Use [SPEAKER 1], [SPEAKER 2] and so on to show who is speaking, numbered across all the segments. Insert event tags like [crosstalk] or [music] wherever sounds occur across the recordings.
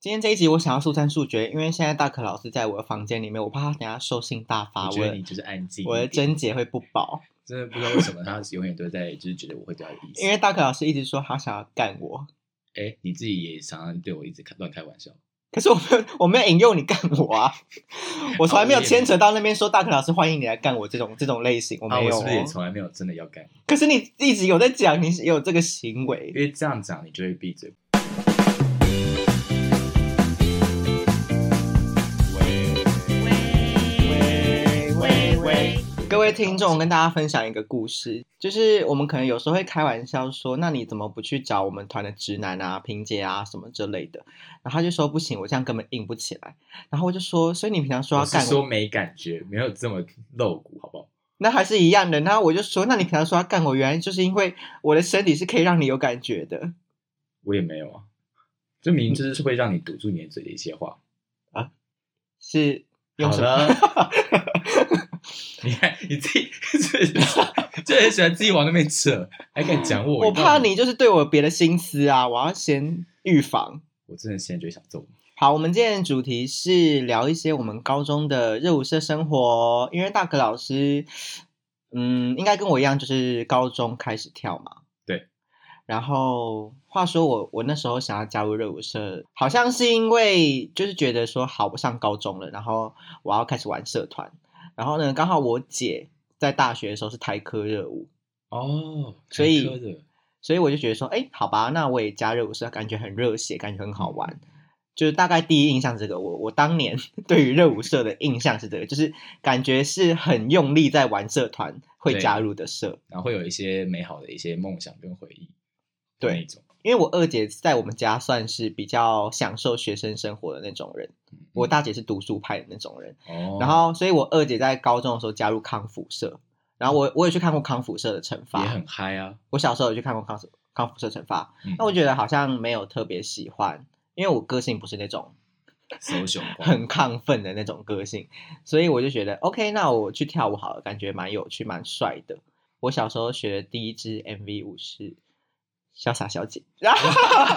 [SPEAKER 1] 今天这一集我想要速战速决，因为现在大可老师在我的房间里面，我怕他等下兽性大发，
[SPEAKER 2] 我
[SPEAKER 1] 我
[SPEAKER 2] 觉得你
[SPEAKER 1] 的
[SPEAKER 2] 就是安静一点。
[SPEAKER 1] 我的贞洁会不保。
[SPEAKER 2] 真的不知道为什么他永远都在，就是觉得我会对他有意思。
[SPEAKER 1] 因为大可老师一直说他想要干我，
[SPEAKER 2] 哎，你自己也常常对我一直开乱开玩笑。
[SPEAKER 1] 可是我没有 [laughs] 我没有引诱你干我
[SPEAKER 2] [laughs]
[SPEAKER 1] 啊，我从来没有牵扯到那边说大可老师欢迎你来干我这种这种类型，我
[SPEAKER 2] 啊，
[SPEAKER 1] 没
[SPEAKER 2] 我
[SPEAKER 1] 有、
[SPEAKER 2] 是不是也
[SPEAKER 1] 哦。
[SPEAKER 2] 从来没有真的要干？
[SPEAKER 1] 可是你一直有在讲，你是有这个行
[SPEAKER 2] 因
[SPEAKER 1] 为。
[SPEAKER 2] 为这样讲你就会闭嘴。
[SPEAKER 3] 喂喂喂，
[SPEAKER 1] 各位听众，我跟大家分享一个故事，就是我们可能有时候会开玩笑说，那你怎么不去找我们团的直男啊、萍姐啊什么之类的？然后他就说不行，我这样根本硬不起来。然后我就说，所以你平常说
[SPEAKER 2] 我
[SPEAKER 1] 要
[SPEAKER 2] 是
[SPEAKER 1] 干
[SPEAKER 2] 说没感觉，没有这么露骨，好不好？
[SPEAKER 1] 那还是一样的。然后我就说，那你平常说要干我，原来就是因为我的身体是可以让你有感觉的
[SPEAKER 2] 我也没有啊，这明明就是会让你堵住你的嘴的一些话。
[SPEAKER 1] 是用
[SPEAKER 2] 好
[SPEAKER 1] 什么？
[SPEAKER 2] 了，你看你自己 [laughs] 就就很喜欢自己往那边扯，还敢讲我？
[SPEAKER 1] 我怕
[SPEAKER 2] 到底，
[SPEAKER 1] 你就是对我有别的心思啊，我要先预防。
[SPEAKER 2] 我真的现在就想揍你。
[SPEAKER 1] 好，我们今天的主题是聊一些我们高中的热舞社生活，哦因为大可老师，嗯，应该跟我一样，就是高中开始跳嘛。
[SPEAKER 2] 对。
[SPEAKER 1] 然后话说我我那时候想要加入热舞社，好像是因为就是觉得说好，我上高中了，然后我要开始玩社团，然后呢，刚好我姐在大学的时候是台科热舞，
[SPEAKER 2] 哦，
[SPEAKER 1] 所以
[SPEAKER 2] 开车的
[SPEAKER 1] 所以我就觉得说，哎，好吧，那我也加热舞社，感觉很热血，感觉很好玩。
[SPEAKER 2] 嗯
[SPEAKER 1] 就是大概第一印象是这个，我我当年 [laughs] 对于热舞社的印象是这个，就是感觉是很用力在玩社团会
[SPEAKER 2] 对
[SPEAKER 1] 加入的社。
[SPEAKER 2] 然后会有一些美好的一些梦想跟回忆，
[SPEAKER 1] 对
[SPEAKER 2] 那种。
[SPEAKER 1] 因为我二姐在我们家算是比较享受学生生活的那种人，
[SPEAKER 2] 嗯
[SPEAKER 1] 我大姐是读书派的那种人，
[SPEAKER 2] 哦，
[SPEAKER 1] 然后所以我二姐在高中的时候加入康复社，然后我我也去看过康复社的惩
[SPEAKER 2] 嗯也
[SPEAKER 1] 罚，
[SPEAKER 2] 很嗨啊。
[SPEAKER 1] 我小时候有去看过康复康复社惩罚，
[SPEAKER 2] 嗯
[SPEAKER 1] 那我觉得好像没有特别喜欢，因为我个性不是那种
[SPEAKER 2] social 光
[SPEAKER 1] 很亢奋的那种个性，所以我就觉得 OK，那我去跳舞好了，感觉蛮有趣、蛮帅的。我小时候学的第一支 MV 舞是《潇洒小姐》 [laughs]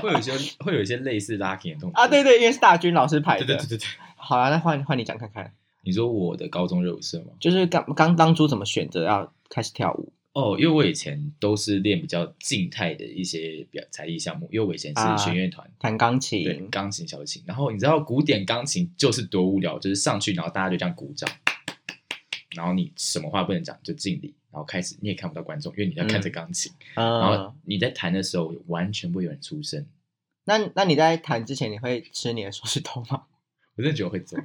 [SPEAKER 2] 会有一些会有一些类似 lucky 的动作
[SPEAKER 1] 啊，对对，因为是大军老师排
[SPEAKER 2] 对
[SPEAKER 1] 的。
[SPEAKER 2] 对对对对。
[SPEAKER 1] 好啊，那换换你讲看看，
[SPEAKER 2] 你说我的高中热舞社吗？
[SPEAKER 1] 就是刚刚当初怎么选择要开始跳舞？
[SPEAKER 2] 哦，因为我以前都是练比较静态的一些表才艺项目，因为我以前
[SPEAKER 1] 啊
[SPEAKER 2] 是弦乐团，
[SPEAKER 1] 弹钢
[SPEAKER 2] 对，
[SPEAKER 1] 琴，
[SPEAKER 2] 钢琴、小提琴。然后你知道古典钢琴就是多无聊，就是上去然后大家就这样鼓掌，然后你什么话不能讲就敬礼，然后开始你也看不到观众，因为你要看着钢琴。然后
[SPEAKER 1] 嗯，
[SPEAKER 2] 你在弹的时候完全不会有人出声，
[SPEAKER 1] 那那你在弹之前你会吃你的手指头
[SPEAKER 2] [laughs]
[SPEAKER 1] 吗？
[SPEAKER 2] 我真的觉得我会走，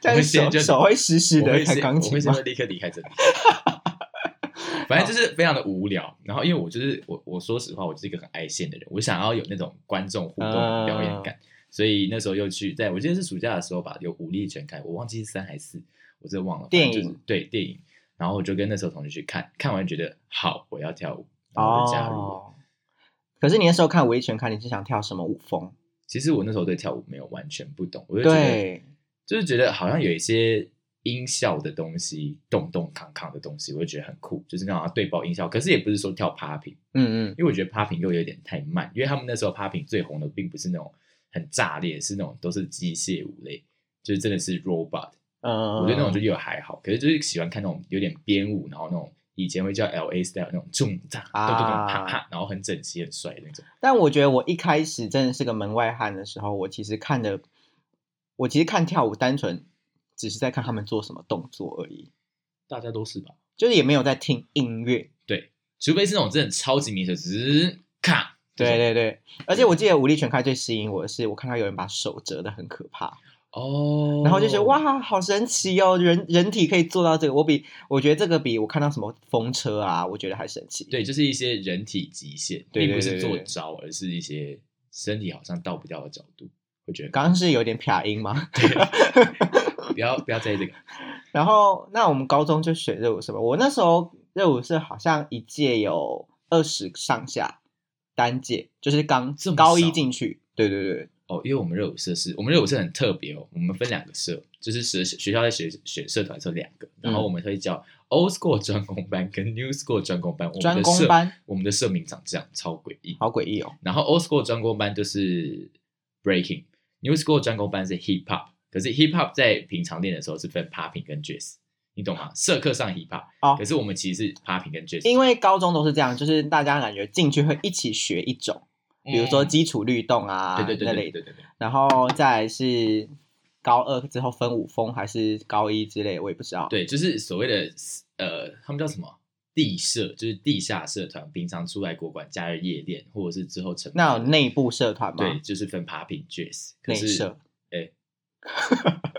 [SPEAKER 1] 这样
[SPEAKER 2] 会先
[SPEAKER 1] 手
[SPEAKER 2] 就
[SPEAKER 1] 手会湿湿
[SPEAKER 2] 我
[SPEAKER 1] 的
[SPEAKER 2] 会
[SPEAKER 1] 弹
[SPEAKER 2] 先
[SPEAKER 1] 钢
[SPEAKER 2] 我会
[SPEAKER 1] 琴
[SPEAKER 2] 先
[SPEAKER 1] 吗
[SPEAKER 2] 会？立刻离开这里。反正就是非常的无聊，然后因为我就是我，我说实话，我就是一个很爱现的人，我想要有那种观众互动
[SPEAKER 1] 啊
[SPEAKER 2] 的表演感，所以那时候又去，在我记得是暑假的时候吧，有武力全开，我忘记是三还是四，我真的忘了。
[SPEAKER 1] 电影
[SPEAKER 2] 反正就是对电影，然后我就跟那时候同学去看，看完觉得好，我要跳舞，然后我就加入了。
[SPEAKER 1] 哦。可是你那时候看《维权》，看你是想跳什么舞风？
[SPEAKER 2] 其实我那时候对跳舞没有完全不懂，我就觉得
[SPEAKER 1] 对，
[SPEAKER 2] 就是觉得好像有一些音效的东西，动动康康的东西，我就觉得很酷，就是那种要对爆音效。可是也不是说跳 popping，
[SPEAKER 1] 嗯嗯，
[SPEAKER 2] 因为我觉得 popping 又有点太慢，因为他们那时候 popping 最红的并不是那种很炸裂，是那种都是机械舞类，就是真的是 robot。
[SPEAKER 1] 呃，
[SPEAKER 2] 我觉得那种就又还好，可是就是喜欢看那种有点编舞，然后那种以前会叫 L A style 那种重炸，咚咚咚
[SPEAKER 1] 啊
[SPEAKER 2] 啪啪，然后很整齐很帅的那种。
[SPEAKER 1] 但我觉得我一开始真的是个门外汉的时候，我其实看的，我其实看跳舞单纯只是在看他们做什么动作而已，
[SPEAKER 2] 大家都是吧？
[SPEAKER 1] 就是也没有在听音乐。
[SPEAKER 2] 除非是那种真的超级明显，只是咔。
[SPEAKER 1] 对对对，而且我记得武力全开最吸引我的是，我看到有人把手折的很可怕，
[SPEAKER 2] 哦，
[SPEAKER 1] 然后就觉得哇，好神奇哦，人人体可以做到这个，我比我觉得这个比我看到什么风车啊，我觉得还神奇。
[SPEAKER 2] 对，就是一些人体极限，
[SPEAKER 1] 对对
[SPEAKER 2] 并
[SPEAKER 1] 对
[SPEAKER 2] 不是
[SPEAKER 1] 对
[SPEAKER 2] 做
[SPEAKER 1] 对
[SPEAKER 2] 招，而是一些身体好像到不掉的角度，会觉得
[SPEAKER 1] 刚刚是有点啪音吗？ [laughs]
[SPEAKER 2] 不要不要在意这个。
[SPEAKER 1] 然后，那我们高中就选热舞社吧。我那时候热舞社好像一届有二十上下，单届就是刚
[SPEAKER 2] 这么
[SPEAKER 1] 高一
[SPEAKER 2] 少
[SPEAKER 1] 进去，对对对，
[SPEAKER 2] 哦，因为我们热舞社是我们热舞社很特别哦，我们分两个社，就是学学校在选选社团的时候两个，然
[SPEAKER 1] 嗯
[SPEAKER 2] 后我们会叫 Old School 专攻班跟 New School 专攻班，我们
[SPEAKER 1] 专
[SPEAKER 2] 的
[SPEAKER 1] 攻
[SPEAKER 2] 社
[SPEAKER 1] 班
[SPEAKER 2] 我们的社名长这样，超诡异。
[SPEAKER 1] 好诡异哦，
[SPEAKER 2] 然后 Old School 专攻班就是 Breaking，New School 专攻班是 Hip Hop，可是 Hip Hop 在平常练的时候是分 Popping 跟 Jazz，你懂吗？社课上 Hip Hop，、
[SPEAKER 1] 哦
[SPEAKER 2] 可是我们其实是 Popping 跟 Jazz，
[SPEAKER 1] 因为高中都是这样，就是大家感觉进去会一起学一种，比如说
[SPEAKER 2] 嗯
[SPEAKER 1] 基础律动啊，
[SPEAKER 2] 对对对
[SPEAKER 1] 那
[SPEAKER 2] 对
[SPEAKER 1] 类
[SPEAKER 2] 对
[SPEAKER 1] 的，
[SPEAKER 2] 对对对，
[SPEAKER 1] 然后再来是高二之后分五风还是高一之类，我也不知道。，
[SPEAKER 2] 对，就是所谓的呃，他们叫什么地社，就是地下社团，平常出来国馆、假日夜店，或者是之后成
[SPEAKER 1] 那有
[SPEAKER 2] 团的
[SPEAKER 1] 内部社团
[SPEAKER 2] 对，
[SPEAKER 1] 吗？
[SPEAKER 2] 就是分 popping jazz，可
[SPEAKER 1] 内
[SPEAKER 2] 是
[SPEAKER 1] 社， [laughs]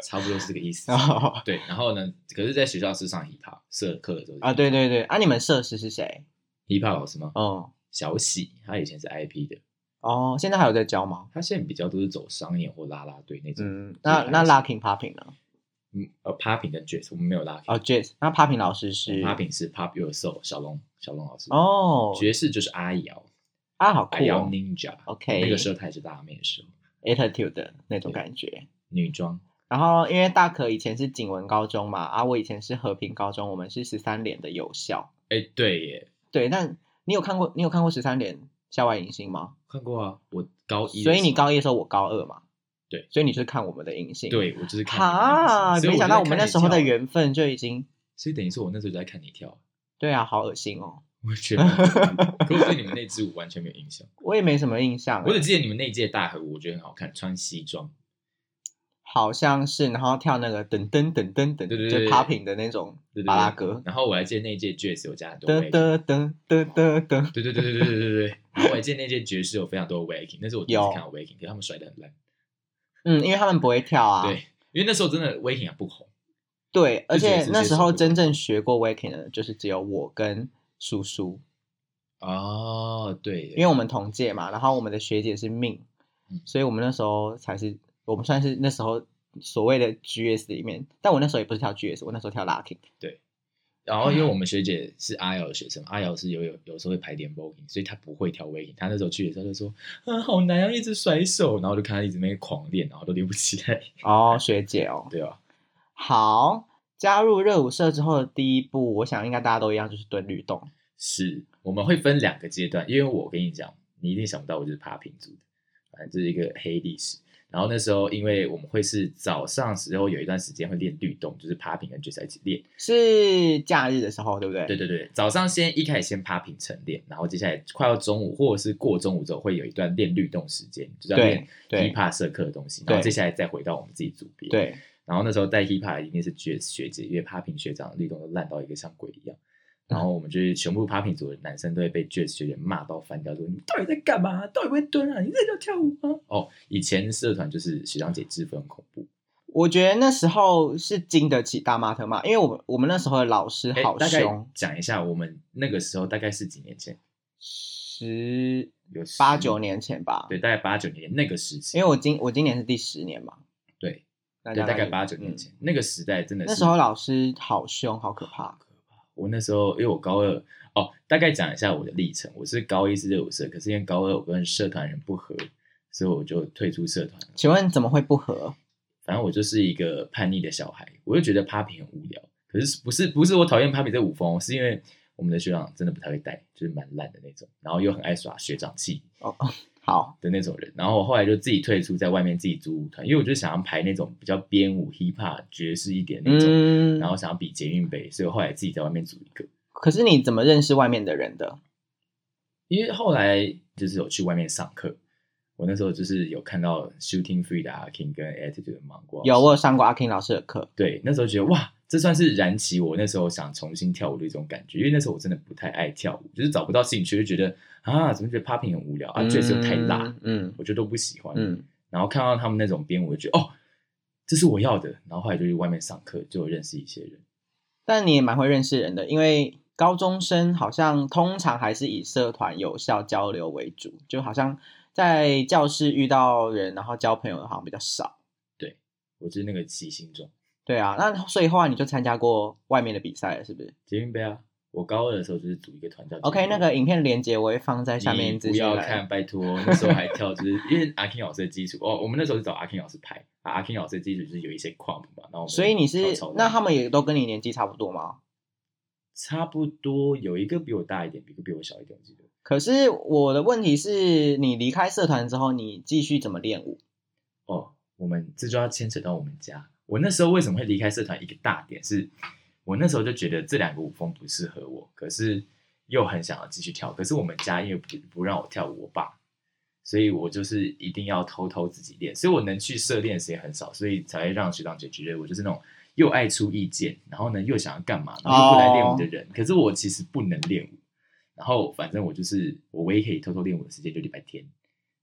[SPEAKER 2] 差不多是这个意思。
[SPEAKER 1] 哦
[SPEAKER 2] 对，然后呢，可是在学校是上 hip hop 社课的时候
[SPEAKER 1] 啊，对对对，啊，你们社师是谁？
[SPEAKER 2] ，hip hop 老师吗？
[SPEAKER 1] 嗯，
[SPEAKER 2] 小喜，他以前是 IP 的，
[SPEAKER 1] 哦，现在还有在教吗？
[SPEAKER 2] 他现在比较都是走商业或啦啦队那种。
[SPEAKER 1] 嗯，那
[SPEAKER 2] 对
[SPEAKER 1] 那
[SPEAKER 2] 还是
[SPEAKER 1] locking popping 呢？
[SPEAKER 2] 嗯，呃，popping 跟 jazz 我们没有拉 p
[SPEAKER 1] 哦，jazz，那 popping 老师是
[SPEAKER 2] p o p p i n g 是 pop your soul，小龙小龙老师。，
[SPEAKER 1] 哦，
[SPEAKER 2] 爵士就是阿瑶，
[SPEAKER 1] 啊，好酷
[SPEAKER 2] 阿瑶
[SPEAKER 1] 哦
[SPEAKER 2] Ninja。
[SPEAKER 1] OK
[SPEAKER 2] 那个时候她也是辣妹的时候。
[SPEAKER 1] ，attitude 的那种
[SPEAKER 2] 对
[SPEAKER 1] 感觉。
[SPEAKER 2] 女装，
[SPEAKER 1] 然后因为大可以前是景文高中嘛，啊，我以前是和平高中，我们是十三连的有校。
[SPEAKER 2] 哎、对耶，
[SPEAKER 1] 对，但你有看过你有看过十三连校外迎新吗？
[SPEAKER 2] 看过啊，我高一的时
[SPEAKER 1] 所
[SPEAKER 2] 候，
[SPEAKER 1] 以你高一的时候，我高二嘛。
[SPEAKER 2] 对，
[SPEAKER 1] 所以你就是看我们的银杏。，
[SPEAKER 2] 对我就是看你
[SPEAKER 1] 哈，
[SPEAKER 2] 所以
[SPEAKER 1] 没想
[SPEAKER 2] 就
[SPEAKER 1] 到
[SPEAKER 2] 在
[SPEAKER 1] 我们
[SPEAKER 2] 看
[SPEAKER 1] 那
[SPEAKER 2] 你
[SPEAKER 1] 时候的
[SPEAKER 2] 跳，
[SPEAKER 1] 缘分就已经，
[SPEAKER 2] 所以等于说我那时候就在看你跳，
[SPEAKER 1] 对啊，好恶心哦，
[SPEAKER 2] 我
[SPEAKER 1] [laughs]
[SPEAKER 2] 觉得，可我对你们那支舞完全没有印象，
[SPEAKER 1] 我也没什么印象
[SPEAKER 2] 我只
[SPEAKER 1] 欸，
[SPEAKER 2] 记得你们那一届大合舞，我觉得很好看，穿西装，
[SPEAKER 1] 好像是，然后跳那个噔噔噔噔噔，
[SPEAKER 2] 对对
[SPEAKER 1] 就
[SPEAKER 2] 对
[SPEAKER 1] popping 的那种
[SPEAKER 2] 对对
[SPEAKER 1] 巴拉
[SPEAKER 2] 对
[SPEAKER 1] 歌，
[SPEAKER 2] 然后我还记得那一届爵士有加很多
[SPEAKER 1] 噔
[SPEAKER 2] waking，
[SPEAKER 1] 噔噔噔噔噔，
[SPEAKER 2] 对对对对对对对对，然后我还记得那届爵士有非常多 waking，那是我第一次
[SPEAKER 1] 有
[SPEAKER 2] 看到 waking，可是他们甩的很烂，
[SPEAKER 1] 嗯，因为他们不会跳啊，
[SPEAKER 2] 对，因为那时候真的 waking 还不红，
[SPEAKER 1] 对，而
[SPEAKER 2] 自己也
[SPEAKER 1] 且
[SPEAKER 2] 是
[SPEAKER 1] 那
[SPEAKER 2] 接
[SPEAKER 1] 时
[SPEAKER 2] 触
[SPEAKER 1] 候
[SPEAKER 2] 不
[SPEAKER 1] 真
[SPEAKER 2] 多
[SPEAKER 1] 正学过 waking 的，就是只有我跟叔叔，
[SPEAKER 2] 哦，对，
[SPEAKER 1] 因为我们同届嘛，然后我们的学姐是命
[SPEAKER 2] 嗯，
[SPEAKER 1] 所以我们那时候才是我们算是那时候所谓的 GS 里面，但我那时候也不是跳 GS，我那时候跳 locking。
[SPEAKER 2] 然后因为我们学姐是阿瑶的学生，阿瑶是有有有时候会排点 voguing，所以她不会跳 voguing。她那时候去的时候就说：“啊，好难啊，一直甩手。”然后就看她一直在那边狂练，然后都练不起来。
[SPEAKER 1] 哦，学姐哦，
[SPEAKER 2] 对啊，
[SPEAKER 1] 好，加入热舞社之后的第一步，我想应该大家都一样，就是蹲律动。
[SPEAKER 2] 是我们会分两个阶段，因为我跟你讲，你一定想不到我就是爬平族的，反正这是一个黑历史。然后那时候，因为我们会是早上时候有一段时间会练律动，就是爬平跟爵士一起练。
[SPEAKER 1] 是假日的时候，对不对？
[SPEAKER 2] 对对对，早上先一开始先趴平晨练，然后接下来快到中午或者是过中午之后会有一段练律动时间，就是要练
[SPEAKER 1] 对
[SPEAKER 2] hip
[SPEAKER 1] 对
[SPEAKER 2] hop 社课的东西，然后
[SPEAKER 1] 对
[SPEAKER 2] 接下来再回到我们自己组别。，
[SPEAKER 1] 对，
[SPEAKER 2] 然后那时候带 hip hop 的一定是学学姐，因为 popping 学长的律动都烂到一个像鬼一样。然后我们就是全部 popping 组的男生都会被 jazz 学姐骂到翻掉，说你到底在干嘛？到底会蹲啊？你在这跳舞吗？哦，以前社团就是学长姐制服很恐怖，
[SPEAKER 1] 我觉得那时候是经得起大骂特骂，因为我们我们那时候的老师
[SPEAKER 2] 哎
[SPEAKER 1] 好
[SPEAKER 2] 大概
[SPEAKER 1] 凶，
[SPEAKER 2] 讲一下我们那个时候大概是几年前，
[SPEAKER 1] 十
[SPEAKER 2] 有
[SPEAKER 1] 八
[SPEAKER 2] 十
[SPEAKER 1] 九年前吧。
[SPEAKER 2] 对，大概八九年那个时期，
[SPEAKER 1] 因为我今我今年是第十年嘛，
[SPEAKER 2] 对
[SPEAKER 1] 那
[SPEAKER 2] 对，大概
[SPEAKER 1] 就
[SPEAKER 2] 八九年、前、那个时代真的
[SPEAKER 1] 嗯
[SPEAKER 2] 是
[SPEAKER 1] 那时候老师好凶，好可怕。
[SPEAKER 2] 我那时候因为我高二哦，大概讲一下我的历程。我是高一是热舞社，可是因为高二我跟社团人不合，所以我就退出社团了。
[SPEAKER 1] 请问怎么会不合？
[SPEAKER 2] 反正我就是一个叛逆的小孩，我就觉得 popping 很无聊。可是不是不是我讨厌 popping 这舞风，是因为我们的学长真的不太会带，就是蛮烂的那种，然后又很爱耍学长气
[SPEAKER 1] 哦， [laughs] 好，
[SPEAKER 2] 的那种人。然后我后来就自己退出，在外面自己组舞团，因为我就想要排那种比较编舞、hip hop、爵士一点那种。
[SPEAKER 1] 嗯，
[SPEAKER 2] 然后想要比捷运杯，所以我后来自己在外面组一个。
[SPEAKER 1] 可是你怎么认识外面的人的？
[SPEAKER 2] 因为后来就是有去外面上课，我那时候就是有看到 Shooting Free 的阿 King 跟 Attitude 的芒果，
[SPEAKER 1] 有，我有上过阿 King 老师的课，
[SPEAKER 2] 对，那时候觉得哇，这算是燃起我那时候想重新跳舞的一种感觉，因为那时候我真的不太爱跳舞，就是找不到兴趣，就觉得啊，怎么觉得 popping 很无聊啊，爵士又太辣，，
[SPEAKER 1] 嗯
[SPEAKER 2] 我就都不喜欢。
[SPEAKER 1] 嗯，
[SPEAKER 2] 然后看到他们那种编舞，我就觉得哦，这是我要的。然后后来就去外面上课，就有认识一些人。
[SPEAKER 1] 但你也蛮会认识人的，因为高中生好像通常还是以社团有效交流为主，就好像在教室遇到人，然后交朋友的好像比较少。
[SPEAKER 2] 我就是那个起心中
[SPEAKER 1] 对啊，那所以后来你就参加过外面的比赛了，是不是？
[SPEAKER 2] 捷运杯啊，我高二的时候就是组一个团叫
[SPEAKER 1] OK，那个影片连接我会放在下面
[SPEAKER 2] 你
[SPEAKER 1] 资
[SPEAKER 2] 不
[SPEAKER 1] 讯
[SPEAKER 2] 要
[SPEAKER 1] 栏。
[SPEAKER 2] 看，拜托，那时候还跳，就是因为阿 King 老师的基础哦，我们那时候是找阿 King 老师拍，啊、阿 King 老师的基础就是有一些矿嘛，然后我们
[SPEAKER 1] 所以你是
[SPEAKER 2] 跳操
[SPEAKER 1] 那他们也都跟你年纪差不多吗？
[SPEAKER 2] 差不多有一个比我大一点，一个比我小一点，我记得。
[SPEAKER 1] 可是我的问题是你离开社团之后，你继续怎么练舞？
[SPEAKER 2] 哦，我们这就要牵扯到我们家。我那时候为什么会离开社团？一个大点是，我那时候就觉得这两个舞风不适合我，可是又很想要继续跳。可是我们家因为不不让我跳我爸，所以我就是一定要偷偷自己练。所以我能去社练的时间很少，所以才会让学长姐觉得我就是那种又爱出意见，然后呢又想要干嘛，然后又不来练舞的人。可是我其实不能练舞。然后反正我就是我唯一可以偷偷练舞的时间就礼拜天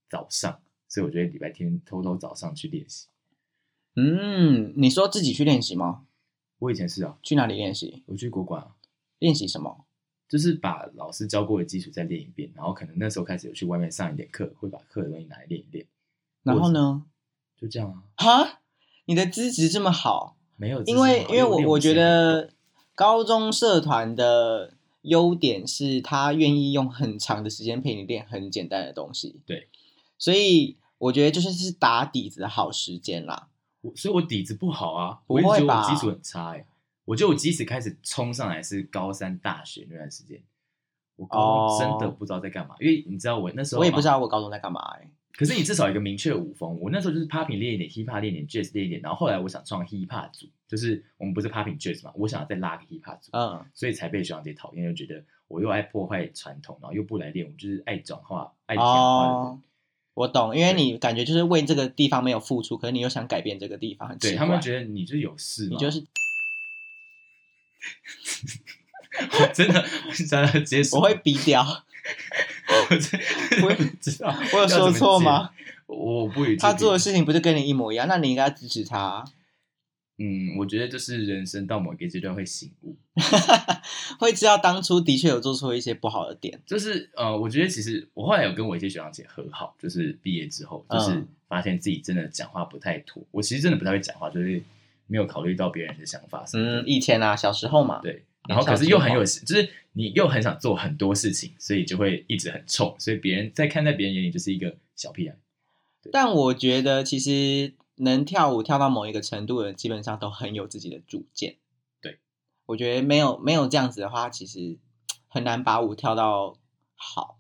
[SPEAKER 2] 早上，所以我觉得礼拜天偷偷早上去练习。
[SPEAKER 1] 嗯，你说自己去练习吗？
[SPEAKER 2] 我以前是啊，
[SPEAKER 1] 去哪里练习？
[SPEAKER 2] 我去国馆啊，
[SPEAKER 1] 练习什么？
[SPEAKER 2] 就是把老师教过的基础再练一遍，然后可能那时候开始有去外面上一点课，会把课的东西拿来练一练，
[SPEAKER 1] 然后呢？
[SPEAKER 2] 就这样啊，
[SPEAKER 1] 哈，你的资质这么好，
[SPEAKER 2] 没有自信
[SPEAKER 1] 因
[SPEAKER 2] 啊。
[SPEAKER 1] 为因为我
[SPEAKER 2] 练
[SPEAKER 1] 我
[SPEAKER 2] 不起
[SPEAKER 1] 觉
[SPEAKER 2] 来
[SPEAKER 1] 得高中社团的优点是他愿意用很长的时间陪你练很简单的东西。
[SPEAKER 2] 对，
[SPEAKER 1] 所以我觉得就是是打底子的好时间啦。
[SPEAKER 2] 我所以我底子不好啊，
[SPEAKER 1] 不
[SPEAKER 2] 我一直
[SPEAKER 1] 会
[SPEAKER 2] 觉得
[SPEAKER 1] 吧
[SPEAKER 2] 我基础很差哎、我觉得我基础开始冲上来是高三大学那段时间，我高中真的
[SPEAKER 1] 哦
[SPEAKER 2] 不知道在干嘛，因为你知道我那时候
[SPEAKER 1] 我也不
[SPEAKER 2] 嘛
[SPEAKER 1] 知道我高中在干嘛哎、
[SPEAKER 2] 可是你至少有一个明确的舞风。我那时候就是 popping 练一点，hip hop 练一点，jazz 练一点，然后后来我想创 hip hop 组，就是我们不是 popping jazz 嘛，我想要再拉个 hip hop 组，
[SPEAKER 1] 嗯，
[SPEAKER 2] 所以才被学长姐讨厌，就觉得我又爱破坏传统，然后又不来练舞，就是爱转化、爱讲话的人。
[SPEAKER 1] 哦，我懂，因为你感觉就是为这个地方没有付出，可是你又想改变这个地方，很
[SPEAKER 2] 对
[SPEAKER 1] 奇
[SPEAKER 2] 他们
[SPEAKER 1] 怪
[SPEAKER 2] 觉得你就是有事嘛，
[SPEAKER 1] 你就是，
[SPEAKER 2] [laughs]
[SPEAKER 1] [laughs]
[SPEAKER 2] 真的，我想要接受，
[SPEAKER 1] 我会逼掉，
[SPEAKER 2] [laughs]
[SPEAKER 1] [laughs]
[SPEAKER 2] 我真的
[SPEAKER 1] 我
[SPEAKER 2] 不知道，
[SPEAKER 1] 我有说错吗？
[SPEAKER 2] 我不予置
[SPEAKER 1] 他做的
[SPEAKER 2] 评
[SPEAKER 1] 事情不是跟你一模一样，那你应该支持他啊。
[SPEAKER 2] 嗯，我觉得就是人生到某一个阶段会醒悟，
[SPEAKER 1] 会知道当初的确有做错一些不好的点。
[SPEAKER 2] 就是呃，我觉得其实我后来有跟我一些学长姐和好，就是毕业之后，就是
[SPEAKER 1] 嗯
[SPEAKER 2] 发现自己真的讲话不太妥。我其实真的不太会讲话，就是没有考虑到别人的想法什么的。
[SPEAKER 1] 嗯，以前啊，小时候嘛，
[SPEAKER 2] 对，然后可是又很有，就是你又很想做很多事情，所以就会一直很冲，所以别人在看在别人眼里就是一个小屁孩。
[SPEAKER 1] 但我觉得其实能跳舞跳到某一个程度的，基本上都很有自己的主见。
[SPEAKER 2] 对，
[SPEAKER 1] 我觉得没有没有这样子的话，其实很难把舞跳到好。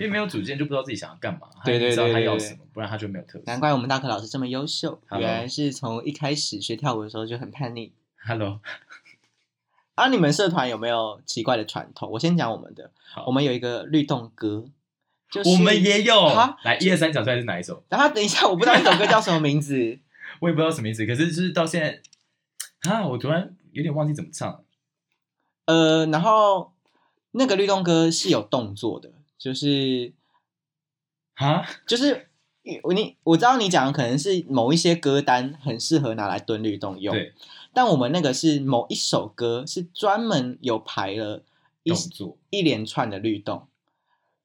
[SPEAKER 2] 因为没有主见就不知道自己想要干嘛，他
[SPEAKER 1] 对
[SPEAKER 2] 也
[SPEAKER 1] 对
[SPEAKER 2] 不知道
[SPEAKER 1] 对
[SPEAKER 2] 他
[SPEAKER 1] 对
[SPEAKER 2] 要
[SPEAKER 1] 对
[SPEAKER 2] 什么，不然他就没有特色。
[SPEAKER 1] 难怪我们大可老师这么优秀，原
[SPEAKER 2] Hello
[SPEAKER 1] 来是从一开始学跳舞的时候就很叛逆。
[SPEAKER 2] Hello，
[SPEAKER 1] 啊，你们社团有没有奇怪的传统？我先讲我们的，
[SPEAKER 2] 好
[SPEAKER 1] 我们有一个律动歌，就是
[SPEAKER 2] 我们也有
[SPEAKER 1] 哈，
[SPEAKER 2] 来一二三讲出来是哪一首？
[SPEAKER 1] 然后等一下，我不知道那首歌叫什么名字。
[SPEAKER 2] 我也不知道什么意思，可是就是到现在啊，我突然有点忘记怎么唱了。
[SPEAKER 1] 呃，然后那个律动歌是有动作的，就是
[SPEAKER 2] 啊，
[SPEAKER 1] 就是我你我知道你讲的可能是某一些歌单很适合拿来蹲律动用，
[SPEAKER 2] 对，
[SPEAKER 1] 但我们那个是某一首歌是专门有排了一
[SPEAKER 2] 动作，
[SPEAKER 1] 一连串的律动，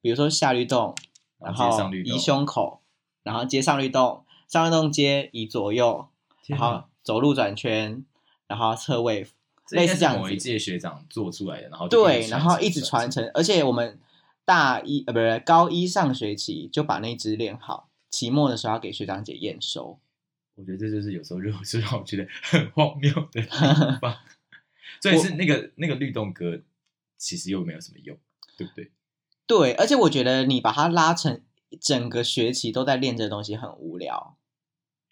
[SPEAKER 1] 比如说下律动，然
[SPEAKER 2] 然后接
[SPEAKER 1] 后
[SPEAKER 2] 上律动
[SPEAKER 1] 移胸口，然后接上律动，上律动接移左右，
[SPEAKER 2] 天
[SPEAKER 1] 然
[SPEAKER 2] 哪
[SPEAKER 1] 后走路转圈，然后侧位
[SPEAKER 2] 这应
[SPEAKER 1] 类
[SPEAKER 2] 该
[SPEAKER 1] 似
[SPEAKER 2] 是
[SPEAKER 1] 这样
[SPEAKER 2] 某
[SPEAKER 1] 子
[SPEAKER 2] 一届学长做出来的，然后就
[SPEAKER 1] 对，然后一直传
[SPEAKER 2] 承。
[SPEAKER 1] 承，而且我们大一呃，不是高一上学期就把那支练好，期末的时候要给学长姐验收。
[SPEAKER 2] [laughs] 我觉得这就是 [laughs] 有时候让我是让我觉得很荒谬的地
[SPEAKER 1] [laughs]
[SPEAKER 2] 方。所以是那个那个律动歌，其实又没有什么用，对不对？
[SPEAKER 1] 对，而且我觉得你把它拉成整个学期都在练这个东西很无聊，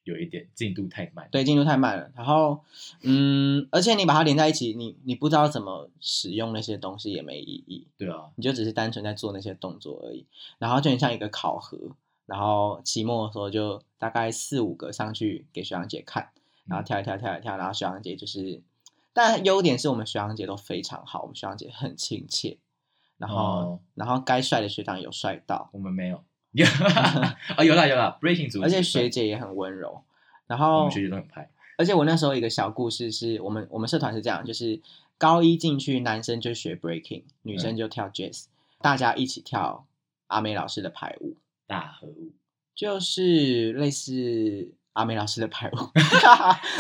[SPEAKER 2] 有一点进度太慢。
[SPEAKER 1] 对，进度太慢了。然后，嗯，而且你把它连在一起，你你不知道怎么使用那些东西也没意义，
[SPEAKER 2] 对啊，
[SPEAKER 1] 你就只是单纯在做那些动作而已。然后就很像一个考核，然后期末的时候就大概四五个上去给学长姐看。然
[SPEAKER 2] 嗯
[SPEAKER 1] 后跳一跳跳一跳，然后学长姐就是，但优点是我们学长姐都非常好，我们学长姐很亲切，然后、
[SPEAKER 2] 哦
[SPEAKER 1] 然后该帅的学长有帅到，
[SPEAKER 2] 我们没有。 [laughs] 啊，有啦有啦，breaking 组，
[SPEAKER 1] 而且学姐也很温柔。然
[SPEAKER 2] 我
[SPEAKER 1] 后
[SPEAKER 2] 们嗯学姐都很派。
[SPEAKER 1] 而且我那时候有一个小故事是，我们我们社团是这样，就是高一进去，男生就学 breaking，女
[SPEAKER 2] 嗯
[SPEAKER 1] 生就跳 jazz，、大家一起跳阿美老师的排舞，
[SPEAKER 2] 大和舞，
[SPEAKER 1] 就是类似阿美老师的
[SPEAKER 2] [laughs]
[SPEAKER 1] 排舞。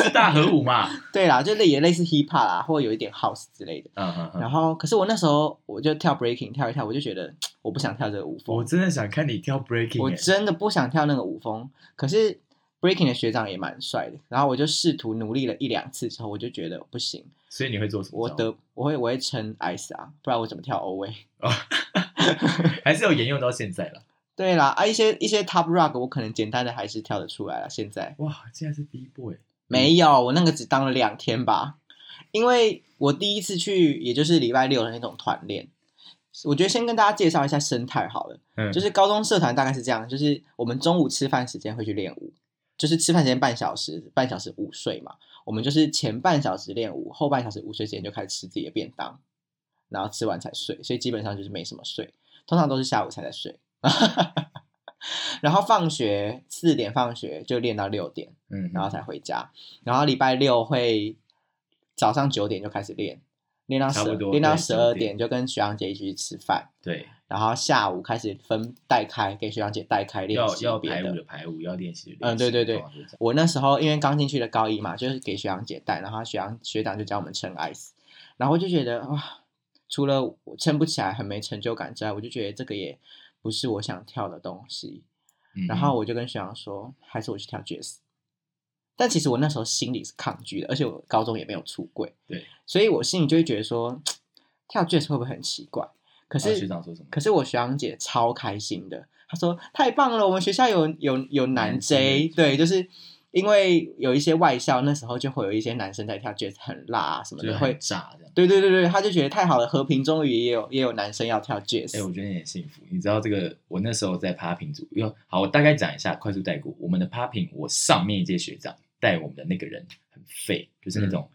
[SPEAKER 2] 是大合舞嘛？
[SPEAKER 1] 对啦，就类也类似 hip hop 啦，或有一点 house 之类的。
[SPEAKER 2] 嗯嗯嗯。
[SPEAKER 1] 然后，可是我那时候我就跳 breaking 跳一跳，我就觉得我不想跳这个舞风，
[SPEAKER 2] 我真的想看你跳 breaking，
[SPEAKER 1] 我
[SPEAKER 2] 欸
[SPEAKER 1] 真的不想跳那个舞风。可是 breaking 的学长也蛮帅的，然后我就试图努力了一两次之后，我就觉得不行，
[SPEAKER 2] 所以你会做什么？
[SPEAKER 1] 我得我会我会撑 ice 啊，不然我怎么跳 o way？
[SPEAKER 2] 还是有沿用到现在了。
[SPEAKER 1] 对啦，啊一些一些 top rock 我可能简单的还是跳得出来了。现在
[SPEAKER 2] 哇，竟然是 B boy，
[SPEAKER 1] 没有，我那个只当了两天吧，因为我第一次去也就是礼拜六的那种团练。我觉得先跟大家介绍一下生态好了。
[SPEAKER 2] 嗯，
[SPEAKER 1] 就是高中社团大概是这样，就是我们中午吃饭时间会去练舞，就是吃饭时间半小时，半小时午睡嘛。我们就是前半小时练舞，后半小时午睡时间就开始吃自己的便当，然后吃完才睡，所以基本上就是没什么睡，通常都是下午才在睡。 [laughs] 然后放学四点放学就练到六点，
[SPEAKER 2] 嗯，
[SPEAKER 1] 然后才回家。然后礼拜六会早上九点就开始练，练到
[SPEAKER 2] 差
[SPEAKER 1] 十
[SPEAKER 2] 不多
[SPEAKER 1] 练到
[SPEAKER 2] 对
[SPEAKER 1] 十二
[SPEAKER 2] 9点
[SPEAKER 1] 点就跟学长姐一起去吃饭。
[SPEAKER 2] 对，
[SPEAKER 1] 然后下午开始分带开，给学长姐带开练
[SPEAKER 2] 要
[SPEAKER 1] 习
[SPEAKER 2] 要
[SPEAKER 1] 别
[SPEAKER 2] 排舞
[SPEAKER 1] 的
[SPEAKER 2] 的。排舞，要练习的
[SPEAKER 1] 嗯
[SPEAKER 2] 练习
[SPEAKER 1] 对对对
[SPEAKER 2] 通常是这样
[SPEAKER 1] 我那时候因为刚进去的高一嘛，就是给学长姐带，然后学长学长就教我们撑 ice，然后我就觉得哇，除了我撑不起来很没成就感之外，我就觉得这个也不是我想跳的东西。
[SPEAKER 2] 嗯
[SPEAKER 1] 然后我就跟学长说，还是我去跳爵士。但其实我那时候心里是抗拒的，而且我高中也没有出柜，
[SPEAKER 2] 对，
[SPEAKER 1] 所以我心里就会觉得说，跳爵士会不会很奇怪？可
[SPEAKER 2] 然后
[SPEAKER 1] 是
[SPEAKER 2] 学嗯长说什么？
[SPEAKER 1] 可是我学长姐超开心的，她说太棒了，我们学校有有有男 J，对，就是因为有一些外校那时候就会有一些男生在跳，觉得很辣、啊、什么
[SPEAKER 2] 就是
[SPEAKER 1] 的，
[SPEAKER 2] 很
[SPEAKER 1] 会，
[SPEAKER 2] 炸这样。
[SPEAKER 1] 对对对对，他就觉得太好了，和平终于也有也有男生要跳 jazz，、
[SPEAKER 2] 哎、我觉得你很幸福。你知道这个，我那时候在 popping 组，因为好，我大概讲一下，快速带过。我们的 popping，我上面一届学长带我们的那个人很废，就是那
[SPEAKER 1] 嗯
[SPEAKER 2] 种、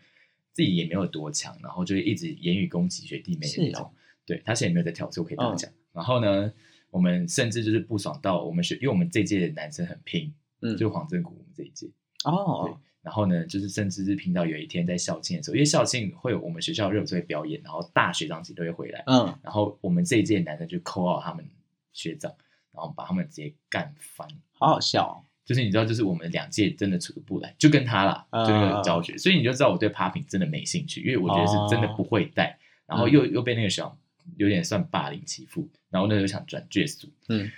[SPEAKER 2] 自己也没有多强，然后就是一直言语攻击学弟妹的那
[SPEAKER 1] 是
[SPEAKER 2] 种。
[SPEAKER 1] 哦
[SPEAKER 2] 对他现在也没有在跳，所以我可以这样讲。然后呢，我们甚至就是不爽到我们学，因为我们这届的男生很拼，
[SPEAKER 1] 嗯，
[SPEAKER 2] 就黄振谷我们这一届。对
[SPEAKER 1] 哦，
[SPEAKER 2] 然后呢，就是甚至是拼到有一天在校庆的时候，因为校庆会有我们学校热舞社会表演，然后大学长级都会回来。
[SPEAKER 1] 嗯，
[SPEAKER 2] 然后我们这一届男生就扣到他们学长，然后把他们直接干翻。
[SPEAKER 1] 好好笑、哦，
[SPEAKER 2] 就是你知道，就是我们两届真的处不来，就跟他啦，
[SPEAKER 1] 嗯
[SPEAKER 2] 就那个教学，所以你就知道我对 popping 真的没兴趣，因为我觉得是真的不会带，然后又又被那个学长有点算霸凌欺负，然后那时候想转 jazz 组，
[SPEAKER 1] 嗯，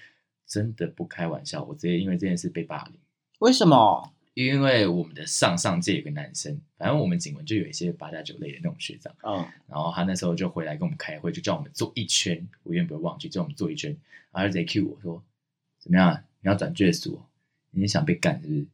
[SPEAKER 2] 真的不开玩笑，我直接因为这件事被霸凌。
[SPEAKER 1] 为什么？
[SPEAKER 2] 因为我们的上上届有个男生，反正我们景文就有一些八加九类的那种学长，
[SPEAKER 1] 嗯，
[SPEAKER 2] 然后他那时候就回来跟我们开会，就叫我们做一圈，我永远不会忘记，叫我们做一圈，然后他就直接 Q 我说：“怎么样啊？你要转卷数哦？你想被干是不是？”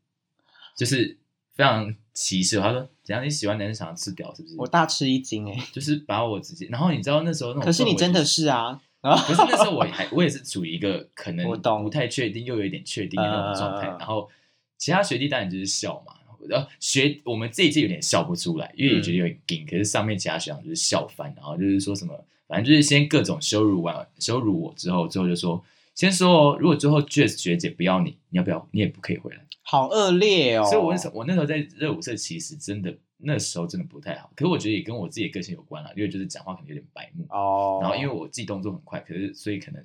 [SPEAKER 2] 就是非常歧视我。他说：“怎样？你喜欢男生想要吃屌是不是
[SPEAKER 1] 我大吃一惊哎、？”
[SPEAKER 2] 就是把我直接，然后你知道那时候那种，
[SPEAKER 1] 可是你真的
[SPEAKER 2] 是。
[SPEAKER 1] 是啊，啊，
[SPEAKER 2] [laughs] 可是那时候我还我也是处于一个可能
[SPEAKER 1] 我懂
[SPEAKER 2] 不太确定又有一点确定的那种状态，
[SPEAKER 1] 嗯
[SPEAKER 2] 然后其他学弟当然就是笑嘛，然后学我们这一届有点笑不出来，因为也
[SPEAKER 1] 嗯
[SPEAKER 2] 觉得有点硬，可是上面其他学长就是笑翻，然后就是说什么，反正就是先各种羞辱完羞辱我之后，最后就说先说哦，如果最后 Jazz 学姐不要你，你要不要你也不可以回来。
[SPEAKER 1] 好恶劣哦，
[SPEAKER 2] 所以我那时候我那时候在热舞社其实真的那时候真的不太好，可是我觉得也跟我自己的个性有关啦，因为就是讲话可能有点白目。
[SPEAKER 1] 哦，
[SPEAKER 2] 然后因为我自己动作很快，可是所以可能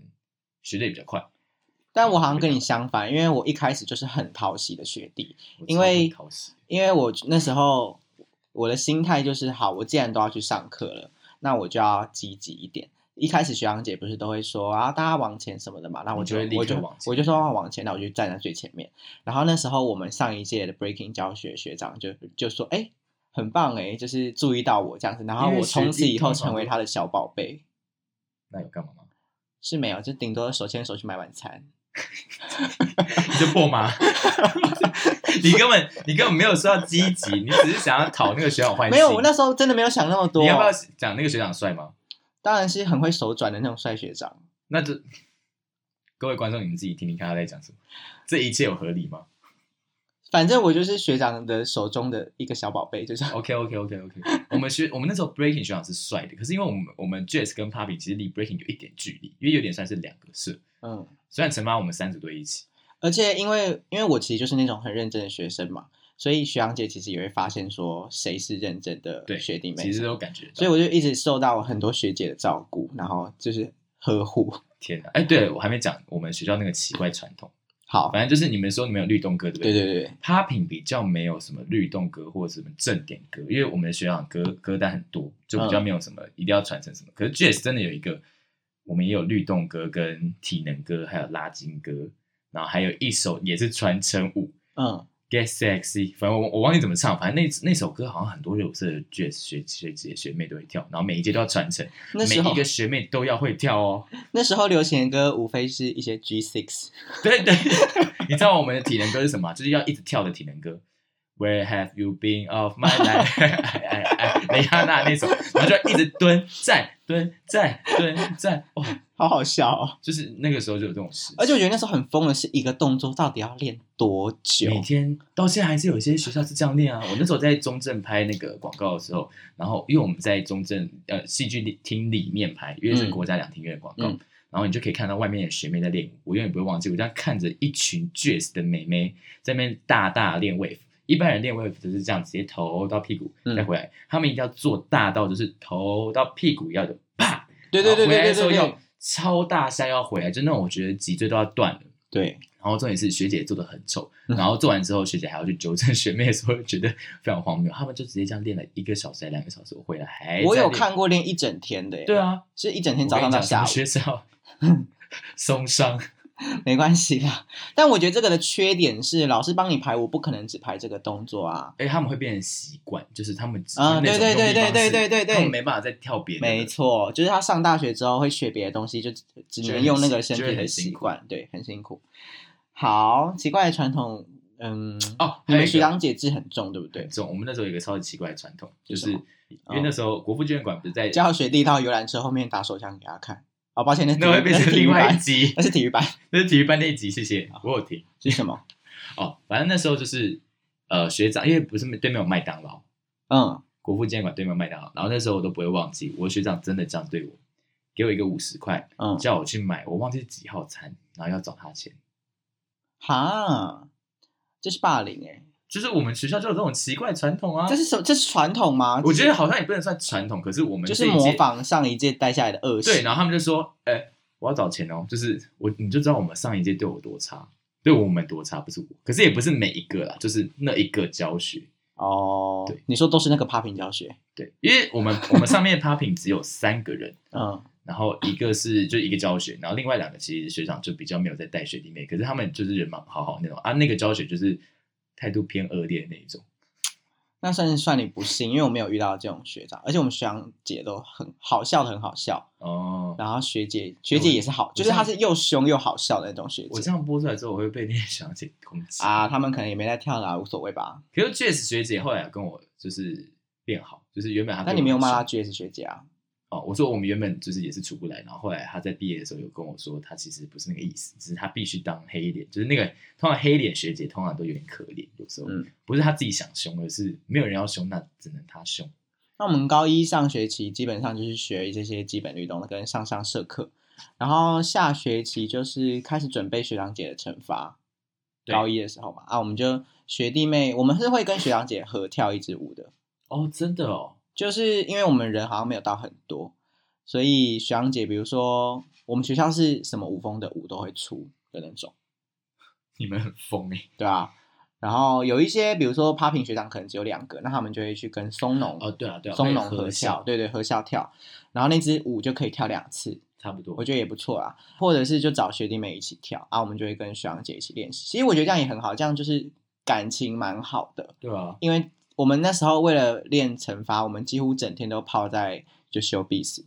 [SPEAKER 2] 学的也比较快。
[SPEAKER 1] 但我好像跟你相反，因为我一开始就是很讨喜的学弟，
[SPEAKER 2] 我
[SPEAKER 1] 因
[SPEAKER 2] 超会
[SPEAKER 1] 为
[SPEAKER 2] 讨喜
[SPEAKER 1] 因为我那时候我的心态就是，好，我既然都要去上课了，那我就要积极一点。一开始学长姐不是都会说啊，大家往前什么的嘛，那我
[SPEAKER 2] 你
[SPEAKER 1] 就
[SPEAKER 2] 就会立刻
[SPEAKER 1] 我就
[SPEAKER 2] 往前
[SPEAKER 1] 我就说啊往前，那我就站在最前面。然后那时候我们上一届的 breaking 教学学长就就说，哎、很棒哎、就是注意到我这样子，然后
[SPEAKER 2] 因为
[SPEAKER 1] 我从此
[SPEAKER 2] 学弟
[SPEAKER 1] 以后
[SPEAKER 2] 通常
[SPEAKER 1] 成为
[SPEAKER 2] 都
[SPEAKER 1] 他的小宝贝。
[SPEAKER 2] 那有干嘛吗？ [laughs]
[SPEAKER 1] 是没有，就顶多手牵手去买晚餐。
[SPEAKER 2] 你就破
[SPEAKER 1] [laughs]
[SPEAKER 2] 吗？你根本你根本没有说要积极，你只是想要讨那个学长欢心。
[SPEAKER 1] 没有，我那时候真的没有想那么多。
[SPEAKER 2] 你要不要讲那个学长帅吗？
[SPEAKER 1] 当然是很会手转的那种帅学长。
[SPEAKER 2] 那就各位观众你们自己听听看他在讲什么，这一切有合理吗
[SPEAKER 1] 反正我就是学长的手中的一个小宝贝， [laughs] 就是
[SPEAKER 2] ？OK OK OK OK，我们学我们那时候 breaking 学长是帅的，可是因为我们我们 jazz 跟 popping 其实离 breaking 有一点距离，因为有点算是两个社，
[SPEAKER 1] 嗯。
[SPEAKER 2] 虽然惩罚我们三组队一起，
[SPEAKER 1] 而且因为因为我其实就是那种很认真的学生嘛，所以学长姐其实也会发现说谁是认真的
[SPEAKER 2] 对
[SPEAKER 1] 学弟妹，
[SPEAKER 2] 其实都感觉到。
[SPEAKER 1] 所以我就一直受到很多学姐的照顾，然后就是呵护。
[SPEAKER 2] 啊天哪！哎，对了，我还没讲我们学校那个奇怪传统，
[SPEAKER 1] 好，
[SPEAKER 2] 反正就是你们说你们有律动歌，对不
[SPEAKER 1] 对
[SPEAKER 2] 对？
[SPEAKER 1] 对对，
[SPEAKER 2] Popping 比较没有什么律动歌或者什么正点歌，因为我们的学长歌歌单很多，就比
[SPEAKER 1] 嗯
[SPEAKER 2] 较没有什么、一定要传承什么。可是 Jazz 真的有一个，我们也有律动歌、跟体能歌，还有拉筋歌，然后还有一首也是传承舞
[SPEAKER 1] 嗯，
[SPEAKER 2] Get Sexy，反正我我忘记怎么唱，反正那那首歌好像很多有色的 Jazz 学学姐学妹都会跳，然后每一届都要传承，
[SPEAKER 1] 那
[SPEAKER 2] 每
[SPEAKER 1] 时候
[SPEAKER 2] 一个学妹都要会跳哦。
[SPEAKER 1] 那时候流行的歌无非是一些 G Six，
[SPEAKER 2] [laughs] 对对，你知道我们的体能歌是什么吗？就是要一直跳的体能歌。Where have you been of my life？哎 [laughs] 哎哎，雷哈娜那首，然后就一直蹲站蹲站蹲站，哇，
[SPEAKER 1] 好好笑哦。
[SPEAKER 2] 就是那个时候就有这种事。
[SPEAKER 1] 而且我觉得那时候很疯的是，一个动作到底要练多久？
[SPEAKER 2] 每天到现在还是有一些学校是这样练啊。我那时候在中正拍那个广告的时候，然后因为我们在中正呃戏剧厅里面拍，因为是国家两厅院的广告，
[SPEAKER 1] 嗯嗯
[SPEAKER 2] 然后你就可以看到外面的学妹在练舞。我永远不会忘记，我这样看着一群 jazz 的妹妹在那边大大练 wave。一般人练 wave 就是这样，直接头到屁股
[SPEAKER 1] 嗯
[SPEAKER 2] 再回来，他们一定要做大到就是头到屁股要有啪，
[SPEAKER 1] 对对对
[SPEAKER 2] 哦然后回来
[SPEAKER 1] 对
[SPEAKER 2] 的时候
[SPEAKER 1] 对对
[SPEAKER 2] 要超大下腰回来，就那种我觉得脊椎都要断了。
[SPEAKER 1] 对，
[SPEAKER 2] 然后重点是学姐做的很丑，
[SPEAKER 1] 嗯
[SPEAKER 2] 然后做完之后学姐还要去纠正学妹的时候，觉 [laughs] 得非常荒谬。他们就直接这样练了一个小时、还两个小时，我回来还在练
[SPEAKER 1] 我有，看过练一整天的耶，
[SPEAKER 2] 对啊，
[SPEAKER 1] 是一整天早上到下
[SPEAKER 2] 我
[SPEAKER 1] 午，
[SPEAKER 2] 跟你讲什么学校 [laughs] 松伤，
[SPEAKER 1] [laughs] 没关系啦。但我觉得这个的缺点是，老师帮你排，我不可能只排这个动作啊。
[SPEAKER 2] 哎，他们会变成习惯，就是他们只
[SPEAKER 1] 啊
[SPEAKER 2] 那
[SPEAKER 1] 对对
[SPEAKER 2] 种用力
[SPEAKER 1] 对
[SPEAKER 2] 方式
[SPEAKER 1] 对对对对
[SPEAKER 2] 他们没办法再跳别的了，
[SPEAKER 1] 没错，就是他上大学之后会学别的东西，就只只能用那个身体
[SPEAKER 2] 觉得
[SPEAKER 1] 的
[SPEAKER 2] 很辛
[SPEAKER 1] 习惯，对，很辛苦。好，奇怪的传统，嗯，
[SPEAKER 2] 哦，
[SPEAKER 1] 你
[SPEAKER 2] 还有
[SPEAKER 1] 们
[SPEAKER 2] 一
[SPEAKER 1] 学
[SPEAKER 2] 个
[SPEAKER 1] 长姐制很重，对不对
[SPEAKER 2] 很？重。我们那时候有一个超级奇怪的传统，就是是
[SPEAKER 1] 什么哦
[SPEAKER 2] 因为那时候国父纪念馆不是在，
[SPEAKER 1] 叫学弟到游览车后面打手枪给他看。哦，抱歉，那是
[SPEAKER 2] 那会变
[SPEAKER 1] 那 [laughs] 是
[SPEAKER 2] 成
[SPEAKER 1] 体育
[SPEAKER 2] 另外一
[SPEAKER 1] 班，
[SPEAKER 2] 集 [laughs]
[SPEAKER 1] 那，是体育班
[SPEAKER 2] 那是体育班那一集，谢谢，我有听。
[SPEAKER 1] 是什么？
[SPEAKER 2] 哦，反正那时候就是呃学长，因为不是对面有麦当劳，
[SPEAKER 1] 嗯，
[SPEAKER 2] 国父纪念馆对面有麦当劳，然后那时候我都不会忘记，我学长真的这样对我，给我一个五十块，
[SPEAKER 1] 嗯，
[SPEAKER 2] [laughs] 叫我去买，我忘记几号餐，然后要找他钱。
[SPEAKER 1] 哈，这是霸凌哎、
[SPEAKER 2] 就是我们学校就有这种奇怪传统啊
[SPEAKER 1] 这，是什么？这是传统吗？
[SPEAKER 2] 我觉得好像也不能算传统，可是我们
[SPEAKER 1] 就
[SPEAKER 2] 这
[SPEAKER 1] 是
[SPEAKER 2] 一届
[SPEAKER 1] 模仿上一届带下来的恶习。
[SPEAKER 2] 对，然后他们就说，哎、我要找钱哦，就是我你就知道我们上一届对我多差，对我们多差，不是我，可是也不是每一个啦，就是那一个教学，
[SPEAKER 1] 哦
[SPEAKER 2] 对，
[SPEAKER 1] 你说都是那个 popping 教学，
[SPEAKER 2] 对，因为我们我们上面 popping 只有三个人。
[SPEAKER 1] 嗯
[SPEAKER 2] 然后一个是就一个教学，然后另外两个其实学长就比较没有在带学弟妹，可是他们就是人蛮好好那种啊，那个教学就是态度偏恶劣那一种，
[SPEAKER 1] 那算是算你不幸，因为我没有遇到这种学长，而且我们学长姐都很好笑的很好笑，
[SPEAKER 2] 哦。
[SPEAKER 1] 然后学姐学姐也是好，就是
[SPEAKER 2] 这
[SPEAKER 1] 她
[SPEAKER 2] 样
[SPEAKER 1] 是又凶又好笑的那种学
[SPEAKER 2] 我
[SPEAKER 1] 姐
[SPEAKER 2] 这样播出来之后，我会被那些学长姐攻击
[SPEAKER 1] 啊，他们可能也没在跳啦，无所谓吧。
[SPEAKER 2] 可是 Jess 学姐后来有跟我就是变好，就是原本她
[SPEAKER 1] 那
[SPEAKER 2] 啊对
[SPEAKER 1] 你没有
[SPEAKER 2] 我很
[SPEAKER 1] 骂她
[SPEAKER 2] 凶
[SPEAKER 1] GS 学姐啊？
[SPEAKER 2] 哦？我说我们原本就是也是处不来，然后后来她在毕业的时候有跟我说，她其实不是那个意思，只是她必须当黑脸，就是那个通常黑脸学姐通常都有点可怜，有时候、
[SPEAKER 1] 嗯
[SPEAKER 2] 不是她自己想凶，而是没有人要凶，那只能她凶。
[SPEAKER 1] 那我们高一上学期基本上就是学这些基本律动跟上上社课，然后下学期就是开始准备学长姐的惩罚。
[SPEAKER 2] 对
[SPEAKER 1] 高一的时候嘛，啊，我们就学弟妹，我们是会跟学长姐合跳一支舞的，
[SPEAKER 2] 哦，真的哦，
[SPEAKER 1] 就是因为我们人好像没有到很多，所以学长姐，比如说我们学校是什么舞风的舞都会出的那种，
[SPEAKER 2] 你们很疯哎、
[SPEAKER 1] 对吧、然后有一些，比如说 popping 学长可能只有两个，那他们就会去跟松农
[SPEAKER 2] 哦，对啊，对啊，
[SPEAKER 1] 松
[SPEAKER 2] 农
[SPEAKER 1] 农合跳，，对对合跳跳，然后那支舞就可以跳两次，
[SPEAKER 2] 差不多。
[SPEAKER 1] 我觉得也不错啊。或者是就找学弟妹一起跳啊，我们就会跟学长姐一起练习。其实我觉得这样也很好，这样就是感情蛮好的。
[SPEAKER 2] 对啊，
[SPEAKER 1] 因为我们那时候为了练惩罚，我们几乎整天都泡在就修 b e s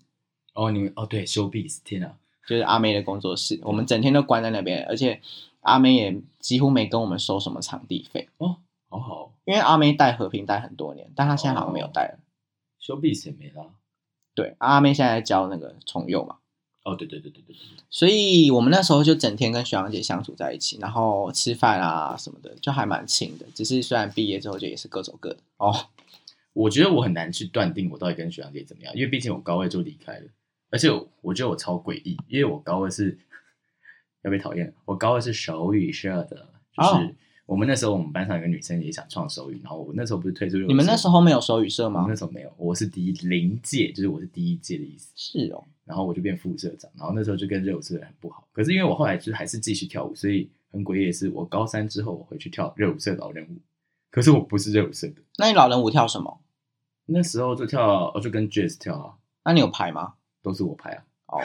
[SPEAKER 2] 哦，你们哦，对，修 b e 天啊，
[SPEAKER 1] 就是阿妹的工作室，我们整天都关在那边，而且阿妹也几乎没跟我们收什么场地费，
[SPEAKER 2] 好好，
[SPEAKER 1] 因为阿妹带和平带很多年，但她现在好像没有带了。
[SPEAKER 2] 修 b e 也没啦。
[SPEAKER 1] 对，阿妹现在在教那个重幼嘛，
[SPEAKER 2] 哦，对对对对对对对，
[SPEAKER 1] 所以我们那时候就整天跟学长姐相处在一起，然后吃饭啊什么的，就还蛮亲的。只是虽然毕业之后就也是各走各的哦，
[SPEAKER 2] 我觉得我很难去断定我到底跟学长姐怎么样，因为毕竟我高二就离开了，而且我我觉得我超诡异，因为我高二是要被讨厌了，我高二是手语社的，就
[SPEAKER 1] 哦
[SPEAKER 2] 是我们那时候我们班上有个女生也想创手语，然后我那时候不是推出
[SPEAKER 1] 你们那时
[SPEAKER 2] 候
[SPEAKER 1] 候没有手语社
[SPEAKER 2] 我们
[SPEAKER 1] 吗
[SPEAKER 2] 那？时候没有，我是第一零届，就是我是第一届的意思。
[SPEAKER 1] 是哦，
[SPEAKER 2] 然后我就变副社长，然后那时候就跟热舞社很不好。可是因为我后来就是还是继续跳舞，所以很诡异的是，我高三之后我回去跳热舞社老人舞，可是我不是热舞社的，
[SPEAKER 1] 那你老人舞跳什么？
[SPEAKER 2] 那时候就跳，哦我就跟 Jazz 跳啊，
[SPEAKER 1] 那你有排吗？
[SPEAKER 2] 都是我拍啊。 [laughs]
[SPEAKER 1] 哦，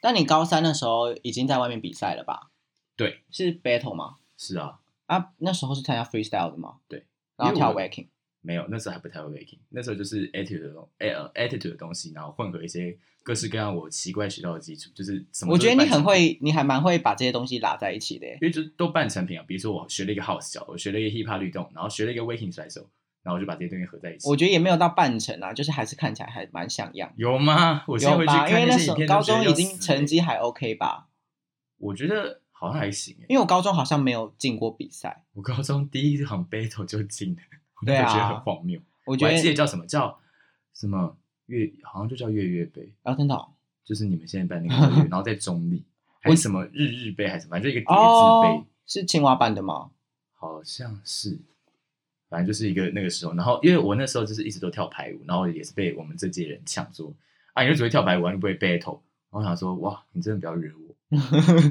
[SPEAKER 1] 但你高三的时候已经在外面比赛了吧？
[SPEAKER 2] 对，
[SPEAKER 1] 是 battle 吗？
[SPEAKER 2] 是啊，
[SPEAKER 1] 啊，那时候是参加 freestyle 的吗？
[SPEAKER 2] 对，
[SPEAKER 1] 然后
[SPEAKER 2] 因为
[SPEAKER 1] 跳
[SPEAKER 2] 我
[SPEAKER 1] waking。
[SPEAKER 2] 没有，那时候还不太会 waking，那时候就是 attitude 的东，哎呃 attitude 的东西，然后混合一些各式各样我奇怪学到的基础，就是什么。
[SPEAKER 1] 我觉得你很，会，你还蛮会把这些东西拉在一起的耶。
[SPEAKER 2] 因为就是都半成品啊。比如说我学了一个 house 脚，我学了一个 hip hop 律动，然后学了一个 waking 甩手，然后我就把这些东西合在一起。
[SPEAKER 1] 我觉得也没有到半程啊，就是还是看起来还蛮像样。
[SPEAKER 2] 有吗？ [laughs] 我现在
[SPEAKER 1] 有
[SPEAKER 2] 回去
[SPEAKER 1] 吧？因
[SPEAKER 2] 看
[SPEAKER 1] 为
[SPEAKER 2] 那
[SPEAKER 1] 那时
[SPEAKER 2] 些影
[SPEAKER 1] 候
[SPEAKER 2] 片，
[SPEAKER 1] 高中已经成，绩还 OK 吧？
[SPEAKER 2] 我觉得好像还行诶。
[SPEAKER 1] 因为我高中好像没有进过比赛，
[SPEAKER 2] 我高中第一场 battle 就进了， [laughs] 我
[SPEAKER 1] 对啊
[SPEAKER 2] 就觉得很荒谬。
[SPEAKER 1] 我
[SPEAKER 2] 我
[SPEAKER 1] 觉
[SPEAKER 2] 还记得
[SPEAKER 1] 得
[SPEAKER 2] 叫什么叫什么月，好像就叫月月杯，
[SPEAKER 1] 啊，真的哦
[SPEAKER 2] 就是你们现在办那个月
[SPEAKER 1] [laughs]
[SPEAKER 2] 月，然后在中立，还是什么日日杯，还是反正就一个叠字杯，
[SPEAKER 1] 哦，是青蛙版的吗？
[SPEAKER 2] 好像是，反正就是一个那个时候。然后因为我那时候就是一直都跳排舞，然后也是被我们这届人呛说啊，你就只会跳排舞，啊你不会 battle。然后我想说哇，你真的不要惹我，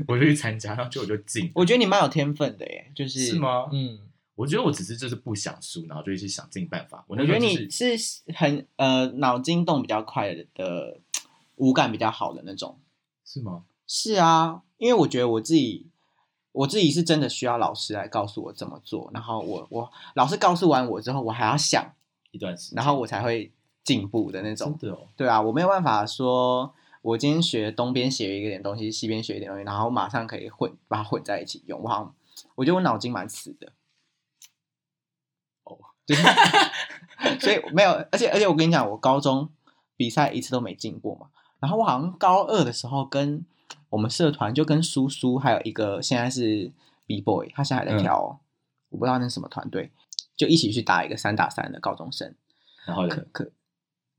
[SPEAKER 1] [laughs]
[SPEAKER 2] 我就去参加，然后结果就进了。
[SPEAKER 1] 我觉得你蛮有天分的耶，就是
[SPEAKER 2] 是吗
[SPEAKER 1] 嗯，
[SPEAKER 2] 我觉得我只是就是不想输，然后就一直想尽办法。
[SPEAKER 1] 我
[SPEAKER 2] 我那
[SPEAKER 1] 觉
[SPEAKER 2] 时
[SPEAKER 1] 得
[SPEAKER 2] 候就
[SPEAKER 1] 你
[SPEAKER 2] 是
[SPEAKER 1] 是很呃脑筋动比较快的的，五感比较好的那种。
[SPEAKER 2] 是吗？
[SPEAKER 1] 是啊，因为我觉得我自己，我自己是真的需要老师来告诉我怎么做，然后我我老师告诉完我之后，我还要想，
[SPEAKER 2] 一段时间，
[SPEAKER 1] 然后我才会进步的那种
[SPEAKER 2] 真。的哦，
[SPEAKER 1] 对啊，我没有办法说，我今天学东边学一点东西，西边学一点东西，然后马上可以混把它混在一起用。我好像我觉得我脑筋蛮死的。
[SPEAKER 2] 哦，
[SPEAKER 1] 就是 [laughs] 所以没有，而且而且我跟你讲，我高中比赛一次都没进过嘛。然后我好像高二的时候跟我们社团就跟苏苏还有一个现在是 B boy，他现在还在跳、哦，我不知道那是什么团队，就一起去打一个三打三的高中生。
[SPEAKER 2] 然后呢
[SPEAKER 1] 可可，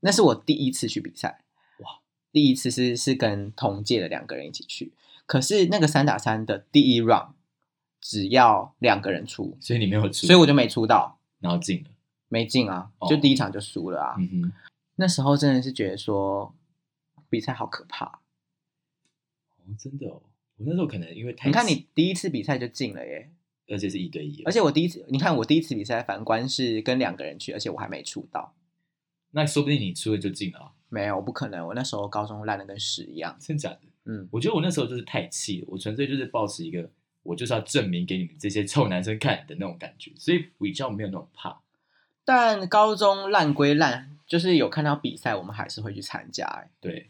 [SPEAKER 1] 那是我第一次去比赛，
[SPEAKER 2] 哇！
[SPEAKER 1] 第一次是是跟同届的两个人一起去，可是那个三打三的第一 round 只要两个人出，
[SPEAKER 2] 所以你没有出，
[SPEAKER 1] 所以我就没出到，
[SPEAKER 2] 然后进了，
[SPEAKER 1] 没进啊，
[SPEAKER 2] 哦
[SPEAKER 1] 就第一场就输了啊。
[SPEAKER 2] 嗯哼，
[SPEAKER 1] 那时候真的是觉得说比赛好可怕，啊
[SPEAKER 2] 哦，真的哦，我那时候可能因为太
[SPEAKER 1] 你看
[SPEAKER 2] 紧，
[SPEAKER 1] 你第一次比赛就进了耶，
[SPEAKER 2] 而且是一对一，
[SPEAKER 1] 而且我第一次，你看我第一次比赛反观是跟两个人去，而且我还没出到。
[SPEAKER 2] 那说不定你出了就进了啊，
[SPEAKER 1] 没有，不可能！我那时候高中烂的跟屎一样。
[SPEAKER 2] 真假的？
[SPEAKER 1] 嗯，
[SPEAKER 2] 我觉得我那时候就是太气了，我纯粹就是抱持一个我就是要证明给你们这些臭男生看的那种感觉，所以比较没有那种怕。
[SPEAKER 1] 但高中烂归烂，就是有看到比赛，我们还是会去参加、欸。
[SPEAKER 2] 对，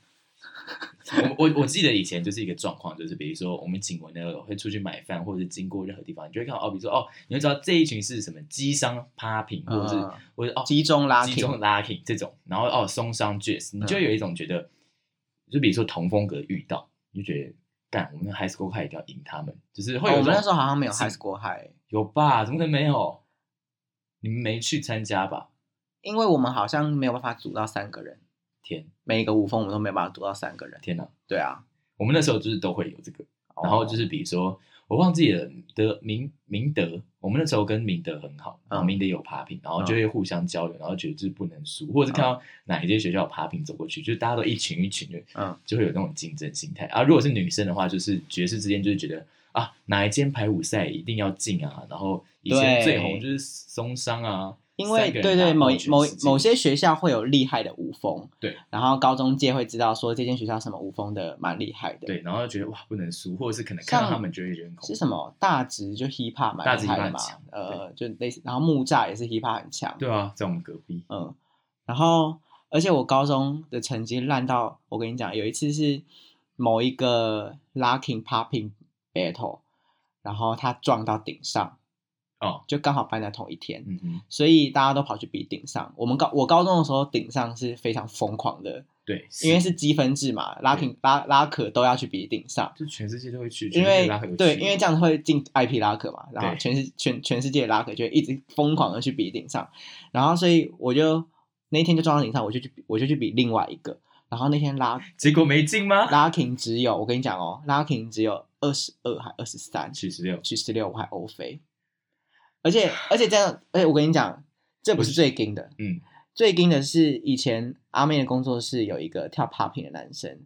[SPEAKER 2] 我我我记得以前就是一个状况，就是比如说我们景文呢会出去买饭，或者是经过任何地方，你就会看到哦，比如说哦，你会知道这一群是什么鸡商 popping，或者是、
[SPEAKER 1] 嗯
[SPEAKER 2] 或者哦
[SPEAKER 1] 集中拉嗯 king
[SPEAKER 2] 集中拉 king 这种，然后哦松商 jazz，你就会有一种觉得，就比如说同风格遇到，你就觉得干我们的 high school 快一定要赢他们，就是会
[SPEAKER 1] 哦
[SPEAKER 2] 有一
[SPEAKER 1] 我
[SPEAKER 2] 种、
[SPEAKER 1] 们那时候好像没有
[SPEAKER 2] 是
[SPEAKER 1] high school high，欸
[SPEAKER 2] 有吧？怎么可能没有？你们没去参加吧？
[SPEAKER 1] 因为我们好像没有办法组到三个人，
[SPEAKER 2] 天
[SPEAKER 1] 每一个舞风我们都没有办法组到三个人。
[SPEAKER 2] 天哪、
[SPEAKER 1] 对啊，
[SPEAKER 2] 我们那时候就是都会有这个。
[SPEAKER 1] 哦
[SPEAKER 2] 然后就是比如说，我忘记了德明明德，我们那时候跟明德很好，然
[SPEAKER 1] 嗯
[SPEAKER 2] 后
[SPEAKER 1] 嗯
[SPEAKER 2] 明德有爬品，然后就会互相交流，然后觉得就是不能输，或者是看到哪一间学校有爬品走过去，就是大家都一群一群的，
[SPEAKER 1] 嗯，
[SPEAKER 2] 就会有那种竞争心态啊。如果是女生的话，就是爵士之间就是觉得啊，哪一间排舞赛一定要进啊，然后以前
[SPEAKER 1] 对
[SPEAKER 2] 最红就是松商啊，
[SPEAKER 1] 因为
[SPEAKER 2] 三个
[SPEAKER 1] 对
[SPEAKER 2] 人
[SPEAKER 1] 对
[SPEAKER 2] 打
[SPEAKER 1] 某
[SPEAKER 2] 冠军
[SPEAKER 1] 某
[SPEAKER 2] 世界
[SPEAKER 1] 某些学校会有厉害的舞风，
[SPEAKER 2] 对，
[SPEAKER 1] 然后高中界会知道说这间学校什么舞风的蛮厉害的，，
[SPEAKER 2] 对，然后就觉得哇不能输，或者是可能看到
[SPEAKER 1] 像
[SPEAKER 2] 他们就会觉得很恐
[SPEAKER 1] 是
[SPEAKER 2] 怖。
[SPEAKER 1] 什么大直就 hip hop
[SPEAKER 2] 大
[SPEAKER 1] 蛮
[SPEAKER 2] 直
[SPEAKER 1] 厉害的
[SPEAKER 2] hip hop
[SPEAKER 1] 嘛
[SPEAKER 2] 很强，
[SPEAKER 1] 呃，就类似，然后木栅也是 hip hop 很强，
[SPEAKER 2] 对啊，在我们隔壁，
[SPEAKER 1] 嗯，然后而且我高中的成绩烂到，我跟你讲，有一次是某一个 locking popping battle，然后他撞到顶上，
[SPEAKER 2] 哦，
[SPEAKER 1] 就刚好办在同一天，
[SPEAKER 2] 嗯哼，
[SPEAKER 1] 所以大家都跑去比顶上。我们高我高中的时候，顶上是非常疯狂的，
[SPEAKER 2] 对，
[SPEAKER 1] 因为是积分制嘛，locking 拉拉可都要去比顶上。
[SPEAKER 2] 就全世界都会去，
[SPEAKER 1] 因
[SPEAKER 2] 全世
[SPEAKER 1] 为
[SPEAKER 2] 界拉很有
[SPEAKER 1] 对，
[SPEAKER 2] 趣
[SPEAKER 1] 因为这样会进 IP 拉客嘛，然后
[SPEAKER 2] 对
[SPEAKER 1] 全世全全世界拉客就会一直疯狂的去比顶上，然后所以我就那一天就撞到顶上，我就去比我就去比另外一个，然后那天
[SPEAKER 2] [laughs]
[SPEAKER 1] 拉
[SPEAKER 2] 结果没进吗？
[SPEAKER 1] 拉 king 只有我跟你讲哦，拉 king 只有二十二还二十三，
[SPEAKER 2] 七十六，
[SPEAKER 1] 去十六我还欧飞，而且而且这样，而且我跟你讲，这不是最惊的，
[SPEAKER 2] 嗯，
[SPEAKER 1] 最惊的是以前阿妹的工作室有一个跳 popping 的男生，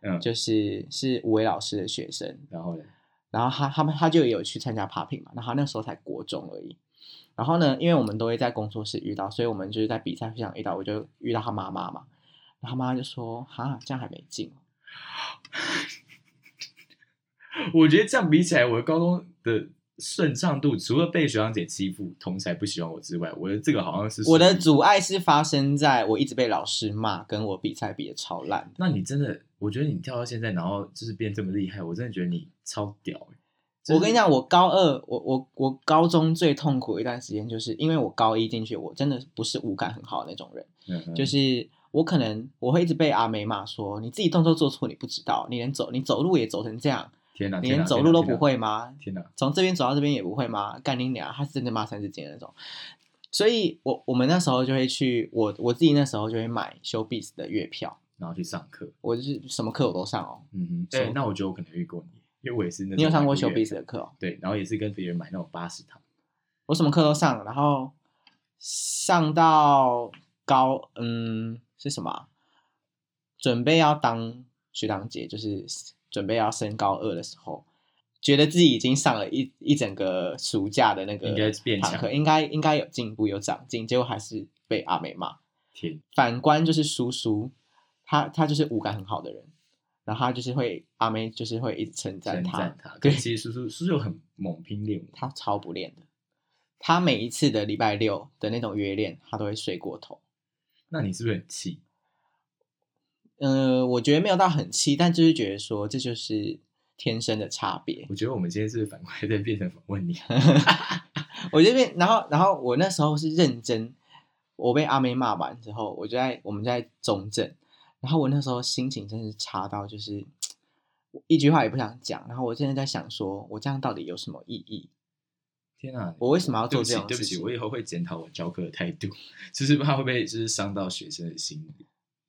[SPEAKER 2] 嗯，
[SPEAKER 1] 就是是吴伟老师的学生，
[SPEAKER 2] 然后呢？
[SPEAKER 1] 然后他他们他就有去参加 popping 嘛，然后他那时候才国中而已。然后呢，因为我们都会在工作室遇到，所以我们就是在比赛会上遇到，我就遇到他妈妈嘛，然后他妈妈就说：“哈，这样还没进哦。
[SPEAKER 2] 我觉得这样比起来，我的高中的顺畅度，除了被学长姐欺负，同才不喜欢我之外，我的这个好像是
[SPEAKER 1] 我的
[SPEAKER 2] 属于
[SPEAKER 1] 阻碍是发生在我一直被老师骂，跟我比赛比的超烂的。
[SPEAKER 2] 那你真的，我觉得你跳到现在，然后就是变这么厉害，我真的觉得你超屌、欸就是
[SPEAKER 1] 我跟你讲，我高二，我我我高中最痛苦的一段时间，就是因为我高一进去，我真的不是五感很好的那种人，
[SPEAKER 2] 嗯哼
[SPEAKER 1] 就是我可能我会一直被阿梅骂说，你自己动作做错，你不知道，你连走你走路也走成这样，
[SPEAKER 2] 天哪，
[SPEAKER 1] 你
[SPEAKER 2] 天
[SPEAKER 1] 连
[SPEAKER 2] 哪
[SPEAKER 1] 走路都不会？吗？
[SPEAKER 2] 天哪，天哪
[SPEAKER 1] 从这边走到这边也不会吗？干你娘！他是真的骂三字经的那种。所以我我们那时候就会去，我我自己那时候就会买 Showbiz 的月票，
[SPEAKER 2] 然后去上课，
[SPEAKER 1] 我就是什么课我都上哦。
[SPEAKER 2] 嗯哼，
[SPEAKER 1] 什么
[SPEAKER 2] 对，那我觉得我可能遇过你，因为我也是那种
[SPEAKER 1] 你有上过
[SPEAKER 2] 买月
[SPEAKER 1] Showbiz
[SPEAKER 2] 票
[SPEAKER 1] 的课哦？
[SPEAKER 2] 对，然后也是跟别人买那种八十堂，
[SPEAKER 1] 我什么课都上，然后上到高嗯是什么啊、准备要当学长姐，就是准备要升高二的时候，觉得自己已经上了一一整个暑假的那个
[SPEAKER 2] 应该是变
[SPEAKER 1] 堂
[SPEAKER 2] 强
[SPEAKER 1] 课，应该应该有进步有长进，结果还是被阿美骂。
[SPEAKER 2] 天，
[SPEAKER 1] 反观就是叔叔，他他就是五感很好的人，然后他就是会阿妹就是会一直称赞
[SPEAKER 2] 称
[SPEAKER 1] 他，
[SPEAKER 2] 赞他。
[SPEAKER 1] 对
[SPEAKER 2] 对，其实叔叔叔叔很猛拼练舞，
[SPEAKER 1] 他超不练的。他每一次的礼拜六的那种约练，他都会睡过头。
[SPEAKER 2] 那你是不是很气？
[SPEAKER 1] 呃，我觉得没有到很气，但就是觉得说这就是天生的差别。
[SPEAKER 2] 我觉得我们今天是不是反过来再变成访问你，啊
[SPEAKER 1] 我这边，然后然后我那时候是认真，我被阿妹骂完之后，我就在我们就在中正，然后我那时候心情真是差到就是我一句话也不想讲，然后我现在在想说，我这样到底有什么意义？
[SPEAKER 2] [laughs] 天哪！
[SPEAKER 1] 我为什么要做
[SPEAKER 2] 对不
[SPEAKER 1] 这
[SPEAKER 2] 起
[SPEAKER 1] 种，
[SPEAKER 2] 对不
[SPEAKER 1] 事
[SPEAKER 2] 起，
[SPEAKER 1] 情？
[SPEAKER 2] 我以后会检讨我教课的态度，就是怕会被就是伤到学生的心理。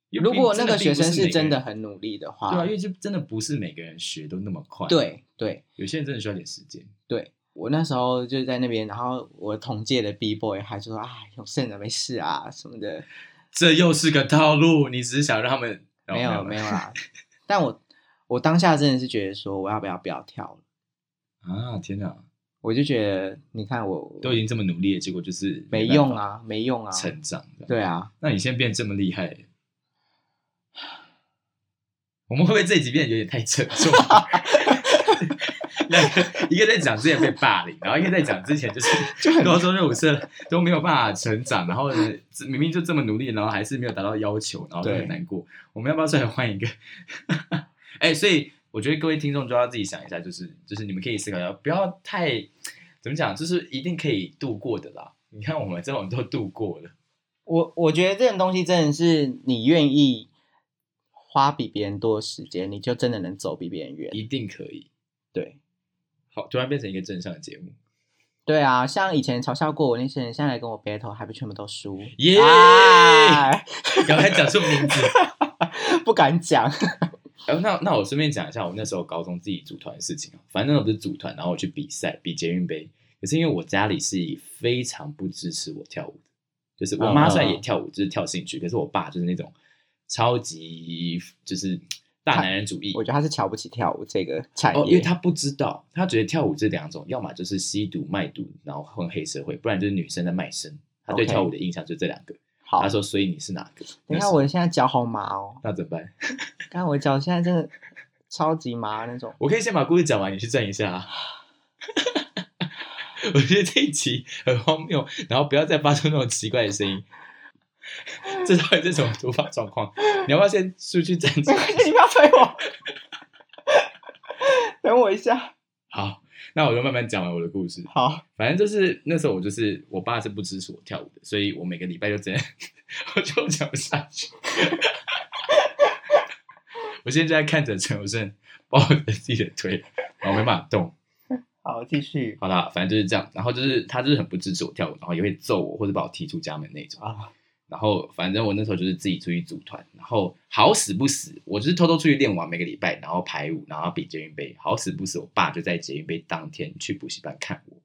[SPEAKER 2] 因为
[SPEAKER 1] 如
[SPEAKER 2] 并
[SPEAKER 1] 果那
[SPEAKER 2] 真的
[SPEAKER 1] 个
[SPEAKER 2] 并
[SPEAKER 1] 学
[SPEAKER 2] 不
[SPEAKER 1] 生是
[SPEAKER 2] 每个
[SPEAKER 1] 真的
[SPEAKER 2] 人
[SPEAKER 1] 很努力的
[SPEAKER 2] 对啊，
[SPEAKER 1] 话
[SPEAKER 2] 因，为就真的不是每个人学都那么快。，
[SPEAKER 1] 对对，
[SPEAKER 2] 有些人真的需要点时间。
[SPEAKER 1] 对我那时候就在那边，然后我同届的 B boy 还说啊，有剩的没事啊什么的，
[SPEAKER 2] 这又是个套路，你只是想让他们哦
[SPEAKER 1] 没有没有啦。但我我当下真的是觉得说，我要不要不要跳了？
[SPEAKER 2] 啊！天哪，
[SPEAKER 1] 我就觉得，你看我
[SPEAKER 2] 都已经这么努力了，结果就是
[SPEAKER 1] 没
[SPEAKER 2] 办
[SPEAKER 1] 用
[SPEAKER 2] 法
[SPEAKER 1] 啊，没用啊，
[SPEAKER 2] 成长的。
[SPEAKER 1] 对啊，
[SPEAKER 2] 那你现在变这么厉害，我们会不会这几遍有点太沉重？ [laughs] 两个，一个在讲之前被霸凌，然后一个在讲之前就是
[SPEAKER 1] [laughs] 就很
[SPEAKER 2] 高中热舞社都没有办法成长，然后呢明明就这么努力，然后还是没有达到要求，然后就
[SPEAKER 1] 对
[SPEAKER 2] 很难过。我们要不要出来换一个？ [laughs] 哎、所以我觉得各位听众就要自己想一下，就是就是你们可以思考一下，不要太怎么讲，就是一定可以度过的啦。你看我们这种都度过了。
[SPEAKER 1] 我我觉得这种东西真的是你愿意花比别人多的时间，你就真的能走比别人远。
[SPEAKER 2] 一定可以。
[SPEAKER 1] 对
[SPEAKER 2] 好，突然变成一个正向的节目，
[SPEAKER 1] 对啊，像以前嘲笑过我那些人，现在来跟我 battle，还不全部都输？
[SPEAKER 2] 耶 [laughs]
[SPEAKER 1] 哎
[SPEAKER 2] 赶快讲出名字。
[SPEAKER 1] [laughs] 不敢讲。
[SPEAKER 2] 然后那那我顺便讲一下，我那时候高中自己组团的事情啊，反正我不是组团，然后我去比赛，比捷运杯。可是因为我家里是非常不支持我跳舞的，就是我妈虽
[SPEAKER 1] 嗯
[SPEAKER 2] 然也跳舞，就是跳兴趣，可是我爸就是那种超级就是大男人主义，
[SPEAKER 1] 我觉得他是瞧不起跳舞这个产业，
[SPEAKER 2] 哦，因为他不知道，他觉得跳舞这两种，要么就是吸毒卖毒，然后混黑社会，不然就是女生在卖身。他对
[SPEAKER 1] OK
[SPEAKER 2] 跳舞的印象就这两个。
[SPEAKER 1] 好
[SPEAKER 2] 他，说：“所以你是哪个？”
[SPEAKER 1] 等一
[SPEAKER 2] 那
[SPEAKER 1] 下
[SPEAKER 2] 是
[SPEAKER 1] 我现在脚好麻哦，
[SPEAKER 2] 那怎么办？
[SPEAKER 1] 看我脚现在真的超级麻那种。
[SPEAKER 2] 我可以先把故事讲完，你去站一下、啊。 [laughs] 我觉得这一集很荒谬，然后不要再发出那种奇怪的声音。这到底是什么突发状况？你要不要先出去站起
[SPEAKER 1] 没关
[SPEAKER 2] 来？
[SPEAKER 1] [laughs] 系，你不要推我，等我一下。
[SPEAKER 2] 好，那我就慢慢讲完我的故事。
[SPEAKER 1] [laughs] 好，
[SPEAKER 2] 反正就是那时候我就是我爸是不支持我跳舞的，所以我每个礼拜就真的我就讲不下去。 [laughs] 我现在看着陈友胜抱着自己的腿，然后没办法动。
[SPEAKER 1] 好，继续
[SPEAKER 2] 好啦，反正就是这样。然后就是他就是很不支持我跳舞，然后也会揍我或者把我踢出家门那种。
[SPEAKER 1] 啊。
[SPEAKER 2] 然后反正我那时候就是自己出去组团，然后好死不死，我就是偷偷出去练完每个礼拜，然后排舞，然后比捷运杯。好死不死，我爸就在捷运杯当天去补习班看我，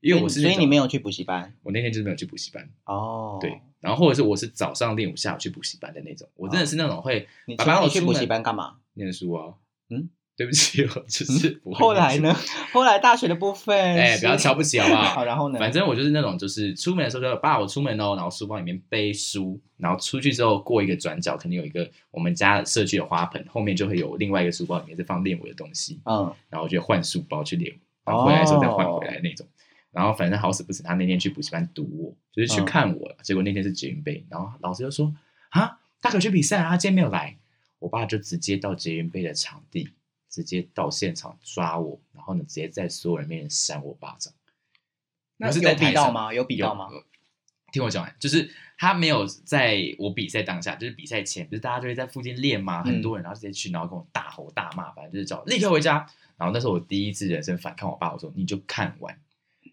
[SPEAKER 2] 因为我是
[SPEAKER 1] 所
[SPEAKER 2] 那
[SPEAKER 1] 以
[SPEAKER 2] 种
[SPEAKER 1] 你没有去补习班
[SPEAKER 2] 我那天就是没有去补习班，
[SPEAKER 1] 哦。
[SPEAKER 2] 对，，然后或者是我是早上练舞，
[SPEAKER 1] 哦
[SPEAKER 2] 啊下午去补习班的那种，我真的是那种会
[SPEAKER 1] 你
[SPEAKER 2] 爸爸让
[SPEAKER 1] 你
[SPEAKER 2] 我
[SPEAKER 1] 去
[SPEAKER 2] 出
[SPEAKER 1] 补
[SPEAKER 2] 门
[SPEAKER 1] 习班干嘛？
[SPEAKER 2] 念书啊，
[SPEAKER 1] 嗯，
[SPEAKER 2] 对不起，我就是不会
[SPEAKER 1] 后来呢
[SPEAKER 2] 念书？？
[SPEAKER 1] 后来大学的部分，
[SPEAKER 2] 哎，不要瞧不起好不好？
[SPEAKER 1] 好，然后呢？
[SPEAKER 2] 反正我就是那种，就是出门的时候就爸，我出门哦，然后书包里面背书，然后出去之后过一个转角，肯定有一个我们家社区的花盆，后面就会有另外一个书包，里面是放练舞的东西，
[SPEAKER 1] 嗯，
[SPEAKER 2] 然后我就换书包去练舞，然后回来的时候再换
[SPEAKER 1] 哦
[SPEAKER 2] 回来那种。然后反正好死不死，他那天去补习班堵我，就是去
[SPEAKER 1] 嗯
[SPEAKER 2] 看我，结果那天是捷运杯，然后老师就说啊，大可去比赛啊，他今天没有来。我爸就直接到捷运杯的场地，直接到现场抓我，然后呢，直接在所有人面前扇我巴掌。
[SPEAKER 1] 那
[SPEAKER 2] 我是
[SPEAKER 1] 有
[SPEAKER 2] 在
[SPEAKER 1] 比
[SPEAKER 2] 台
[SPEAKER 1] 到
[SPEAKER 2] 上
[SPEAKER 1] 吗？有比到吗？
[SPEAKER 2] 有？呃听我讲完，就是他没有在我比赛当下，就是比赛前，就是大家就会在附近练嘛，很
[SPEAKER 1] 嗯
[SPEAKER 2] 多人，然后直接去，然后跟我大吼大骂，反正就是叫我立刻回家。然后那是我第一次人生反抗我爸，我说你就看完，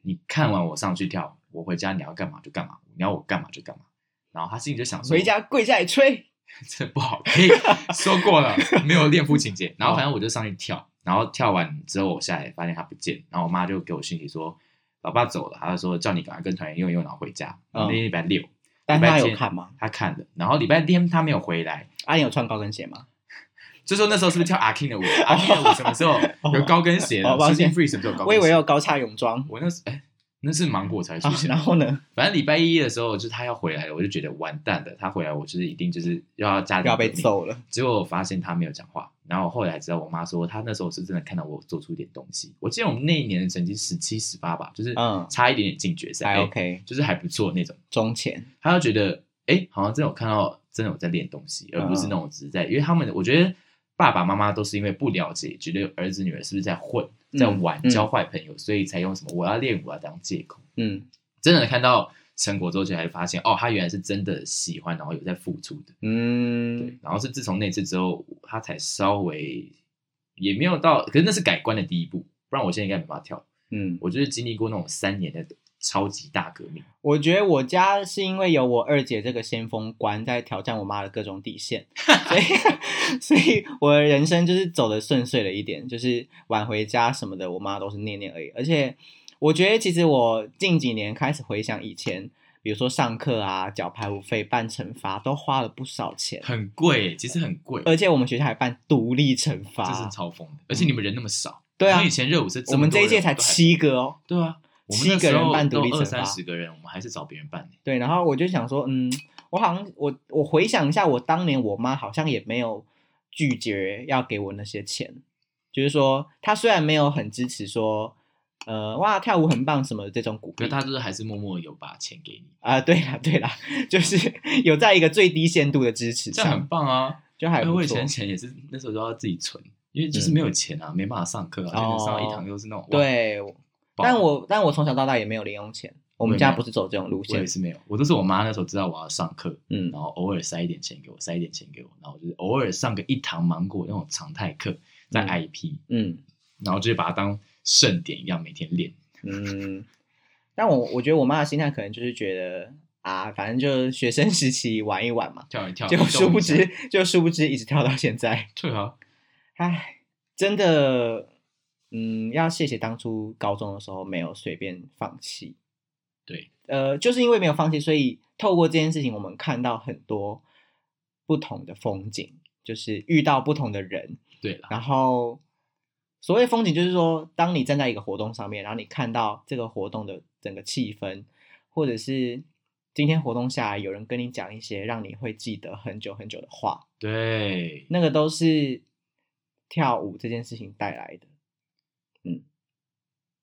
[SPEAKER 2] 你看完我上去跳，我回家你要干嘛就干嘛，你要我干嘛就干嘛。然后他心里就想说，
[SPEAKER 1] 回家跪下来吹，
[SPEAKER 2] [laughs] 这不好听，说过了，没有恋父情节。
[SPEAKER 1] 哦
[SPEAKER 2] 然后反正我就上去跳，然后跳完之后我下来发现他不见，然后我妈就给我讯息说，老爸走了，她就说叫你赶快跟团员用一用，然后回家。
[SPEAKER 1] 嗯
[SPEAKER 2] 那天礼拜六，
[SPEAKER 1] 但
[SPEAKER 2] 礼拜
[SPEAKER 1] 他有
[SPEAKER 2] 天
[SPEAKER 1] 看吗？
[SPEAKER 2] 他看了，然后礼拜天他没有回来，
[SPEAKER 1] 阿莲有穿高跟鞋吗？
[SPEAKER 2] 就说那时候是不是跳阿 King 的舞？阿 King 的舞什么时候有高跟鞋的？
[SPEAKER 1] 哦抱歉
[SPEAKER 2] Susan Free 什么时候有高
[SPEAKER 1] 我以
[SPEAKER 2] 跟
[SPEAKER 1] 为
[SPEAKER 2] 鞋？
[SPEAKER 1] 有高叉泳装
[SPEAKER 2] 我那时哎，那是芒果才
[SPEAKER 1] 啊
[SPEAKER 2] 出。现的
[SPEAKER 1] 然。后呢？
[SPEAKER 2] 反正礼拜一的时候，就是他要回来了，我就觉得完蛋了，他回来我就是一定就是要家
[SPEAKER 1] [laughs]
[SPEAKER 2] 里
[SPEAKER 1] 要被揍了。
[SPEAKER 2] 结果我发现他没有讲话，然后我后来知道我妈说，她那时候是真的看到我做出一点东西。我记得我们那一年的成绩十七十八吧，就是
[SPEAKER 1] 嗯
[SPEAKER 2] 差一点点进决赛，
[SPEAKER 1] 还
[SPEAKER 2] 哎
[SPEAKER 1] OK，
[SPEAKER 2] 就是还不错那种。
[SPEAKER 1] 中前
[SPEAKER 2] 她就觉得，哎，好像真的有看到，真的有在练东西，而
[SPEAKER 1] 嗯
[SPEAKER 2] 不是那种只是在，因为他们我觉得爸爸妈妈都是因为不了解，觉得儿子女儿是不是在混，在玩、
[SPEAKER 1] 嗯
[SPEAKER 2] 交坏朋友，所以才用什么我要练舞啊当借口。
[SPEAKER 1] 嗯
[SPEAKER 2] 真的看到成果之后，才发现哦，他原来是真的喜欢，然后有在付出的。对
[SPEAKER 1] 嗯，，
[SPEAKER 2] 然后是自从那次之后，他才稍微也没有到，可是那是改观的第一步，不然我现在应该没办法跳。
[SPEAKER 1] 嗯，
[SPEAKER 2] 我就是经历过那种三年的超级大革命，
[SPEAKER 1] 我觉得我家是因为有我二姐这个先锋官在挑战我妈的各种底
[SPEAKER 2] [laughs]
[SPEAKER 1] 线，所以所以我的人生就是走的顺遂了一点，就是晚回家什么的，我妈都是念念而已。而且我觉得其实我近几年开始回想以前，比如说上课啊、缴排舞费、办惩罚，都花了不少钱，
[SPEAKER 2] 很贵，其实很贵，
[SPEAKER 1] 而且我们学校还办独立惩罚，
[SPEAKER 2] 这是超疯的。而且你们人那么少，
[SPEAKER 1] 对啊
[SPEAKER 2] 我们以前热舞是
[SPEAKER 1] 我们这一届才
[SPEAKER 2] 七，
[SPEAKER 1] 七个哦。
[SPEAKER 2] 对啊，我们
[SPEAKER 1] 七
[SPEAKER 2] 那时
[SPEAKER 1] 个人
[SPEAKER 2] 候
[SPEAKER 1] 办
[SPEAKER 2] 都
[SPEAKER 1] 独立
[SPEAKER 2] 二
[SPEAKER 1] 惩罚
[SPEAKER 2] 三十个人，我们还是找别人办的。
[SPEAKER 1] 对，然后我就想说，嗯，我好像我我回想一下，我当年我妈好像也没有拒绝要给我那些钱，就是说她虽然没有很支持说，呃，哇，跳舞很棒什么的这种鼓
[SPEAKER 2] 可
[SPEAKER 1] 励
[SPEAKER 2] 是他就是还是默默有把钱给你，
[SPEAKER 1] 啊、对啦对啦， [laughs] 就是有在一个最低限度的支持
[SPEAKER 2] 这样很
[SPEAKER 1] 上，
[SPEAKER 2] 棒啊！
[SPEAKER 1] 就还
[SPEAKER 2] 因为
[SPEAKER 1] 不
[SPEAKER 2] 我以
[SPEAKER 1] 错嗯
[SPEAKER 2] 前。钱也是那时候都要自己存，因为就是没有钱啊，没办法上课啊，真的上一堂又是那种哇
[SPEAKER 1] 哦对，
[SPEAKER 2] 爆
[SPEAKER 1] 但我但我从小到大也没有零用钱，我们
[SPEAKER 2] 我也
[SPEAKER 1] 家
[SPEAKER 2] 没有
[SPEAKER 1] 不是走这种路
[SPEAKER 2] 啊我
[SPEAKER 1] 线
[SPEAKER 2] 也，是没有，我都是我妈那时候知道我要上课，
[SPEAKER 1] 嗯
[SPEAKER 2] 然后偶尔塞一点钱给我，塞一点钱给我，然后就是偶尔上个一堂芒果那种常态课，在
[SPEAKER 1] 嗯
[SPEAKER 2] IP，、
[SPEAKER 1] 嗯。
[SPEAKER 2] 然后就是把它当盛典一样每天练。
[SPEAKER 1] 嗯，但我我觉得我妈的心态可能就是觉得啊，反正就学生时期玩一玩嘛，
[SPEAKER 2] 跳一跳，
[SPEAKER 1] 结果
[SPEAKER 2] 动一
[SPEAKER 1] 殊不
[SPEAKER 2] 下
[SPEAKER 1] 知，就殊不知一直跳到现在，
[SPEAKER 2] 对啊，
[SPEAKER 1] 唉，真的，嗯，要谢谢当初高中的时候没有随便放弃，
[SPEAKER 2] 对，
[SPEAKER 1] 呃，就是因为没有放弃，所以透过这件事情，我们看到很多不同的风景，就是遇到不同的人，
[SPEAKER 2] 对了，
[SPEAKER 1] 然后，所谓风景就是说，当你站在一个活动上面，然后你看到这个活动的整个气氛，或者是今天活动下来有人跟你讲一些让你会记得很久很久的话，
[SPEAKER 2] 对，
[SPEAKER 1] 那个都是跳舞这件事情带来的。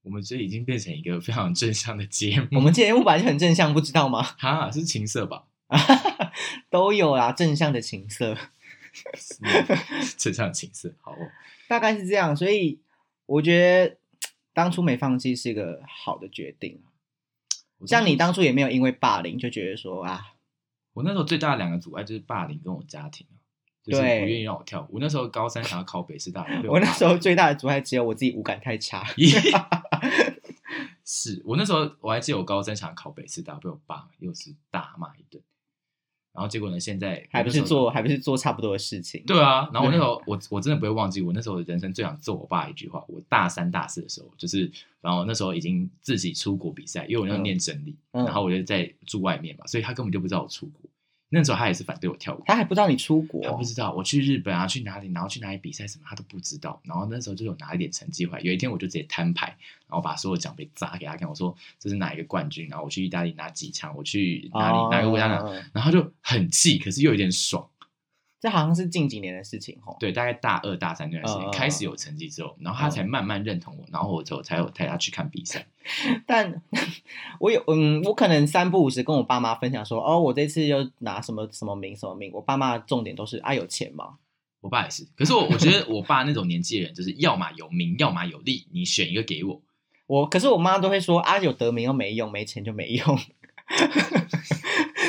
[SPEAKER 2] 我们这已经变成一个非常正向的节
[SPEAKER 1] 我
[SPEAKER 2] 目，
[SPEAKER 1] 们节目本来就很正向，不知道吗？ [laughs]
[SPEAKER 2] 哈，是情色吧？
[SPEAKER 1] 都有啦，正向的情色，
[SPEAKER 2] 是那种正向情色，好哦，
[SPEAKER 1] 大概是这样。所以我觉得当初没放弃是一个好的决定。
[SPEAKER 2] 我
[SPEAKER 1] 像你当初也没有因为霸凌就觉得说啊，
[SPEAKER 2] 我那时候最大的两个阻碍就是霸凌跟我家庭啊，就是不
[SPEAKER 1] 对
[SPEAKER 2] 愿意让我跳舞。我那时候高三想要考北师大，被
[SPEAKER 1] 我那
[SPEAKER 2] 爸
[SPEAKER 1] 时候最大的阻碍只有我自己舞感太差。
[SPEAKER 2] [laughs] 是我那时候我还记得我高三想要考北师大，被我爸又是大骂一顿。然后结果呢，现在
[SPEAKER 1] 还不是
[SPEAKER 2] 我那时候
[SPEAKER 1] 做还不是做差不多的事情。
[SPEAKER 2] 对啊。然后我那时候我我真的不会忘记，我那时候人生最想揍我爸一句话。我大三大四的时候，就是然后那时候已经自己出国比赛，因为我那时候念真理，
[SPEAKER 1] 嗯嗯
[SPEAKER 2] 然后我就在住外面嘛，所以他根本就不知道我出国。那时候他也是反对我跳舞，
[SPEAKER 1] 他还不知道你出国，
[SPEAKER 2] 他不知道我去日本啊，去哪里，然后去哪里比赛什么，他都不知道。然后那时候就有拿一点成绩回来，有一天我就直接摊牌，然后把所有奖杯砸给他看，我说这是哪一个冠军，然后我去意大利拿几强，我去哪里、哪个国家拿，
[SPEAKER 1] 哦
[SPEAKER 2] 然后他就很气，可是又有点爽。
[SPEAKER 1] 这好像是近几年的事情哦。
[SPEAKER 2] 对，大概大二大三那段时
[SPEAKER 1] 嗯嗯
[SPEAKER 2] 间
[SPEAKER 1] 嗯
[SPEAKER 2] 开始有成绩之后，然后他才慢慢认同我，然后我就才有带他去看比赛。
[SPEAKER 1] 但 [laughs] 我有嗯，我可能三不五时跟我爸妈分享说，哦，我这次又拿什么什么名什么名。我爸妈的重点都是啊，有钱吗？
[SPEAKER 2] 我爸也是，可是我我觉得我爸那种年纪的人，就是要么有名，要么有利，你选一个给我。
[SPEAKER 1] 我可是我妈都会说啊，有得名又没用，没钱就没用， [laughs]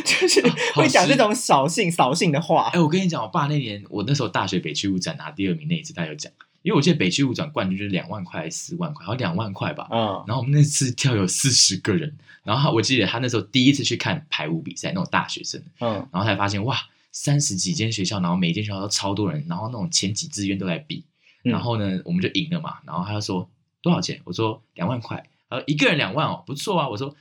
[SPEAKER 1] 就是
[SPEAKER 2] 哦好
[SPEAKER 1] 会讲
[SPEAKER 2] 实
[SPEAKER 1] 这种扫兴扫兴的话
[SPEAKER 2] 哎、。我跟你讲，我爸那年，我那时候大学北区舞展拿第二名那一次，他有讲，因为我记得北区舞展冠军就是两万块、四万块，好像两万块吧。
[SPEAKER 1] 嗯，
[SPEAKER 2] 然后我们那次跳有四十个人，然后他我记得他那时候第一次去看排舞比赛，那种大学生，
[SPEAKER 1] 嗯，
[SPEAKER 2] 然后才发现哇，三十几间学校，然后每间学校都超多人，然后那种前几志愿都来比，
[SPEAKER 1] 嗯
[SPEAKER 2] 然后呢，我们就赢了嘛。然后他就说多少钱？我说两万块。他说一个人两万哦，不错啊。我说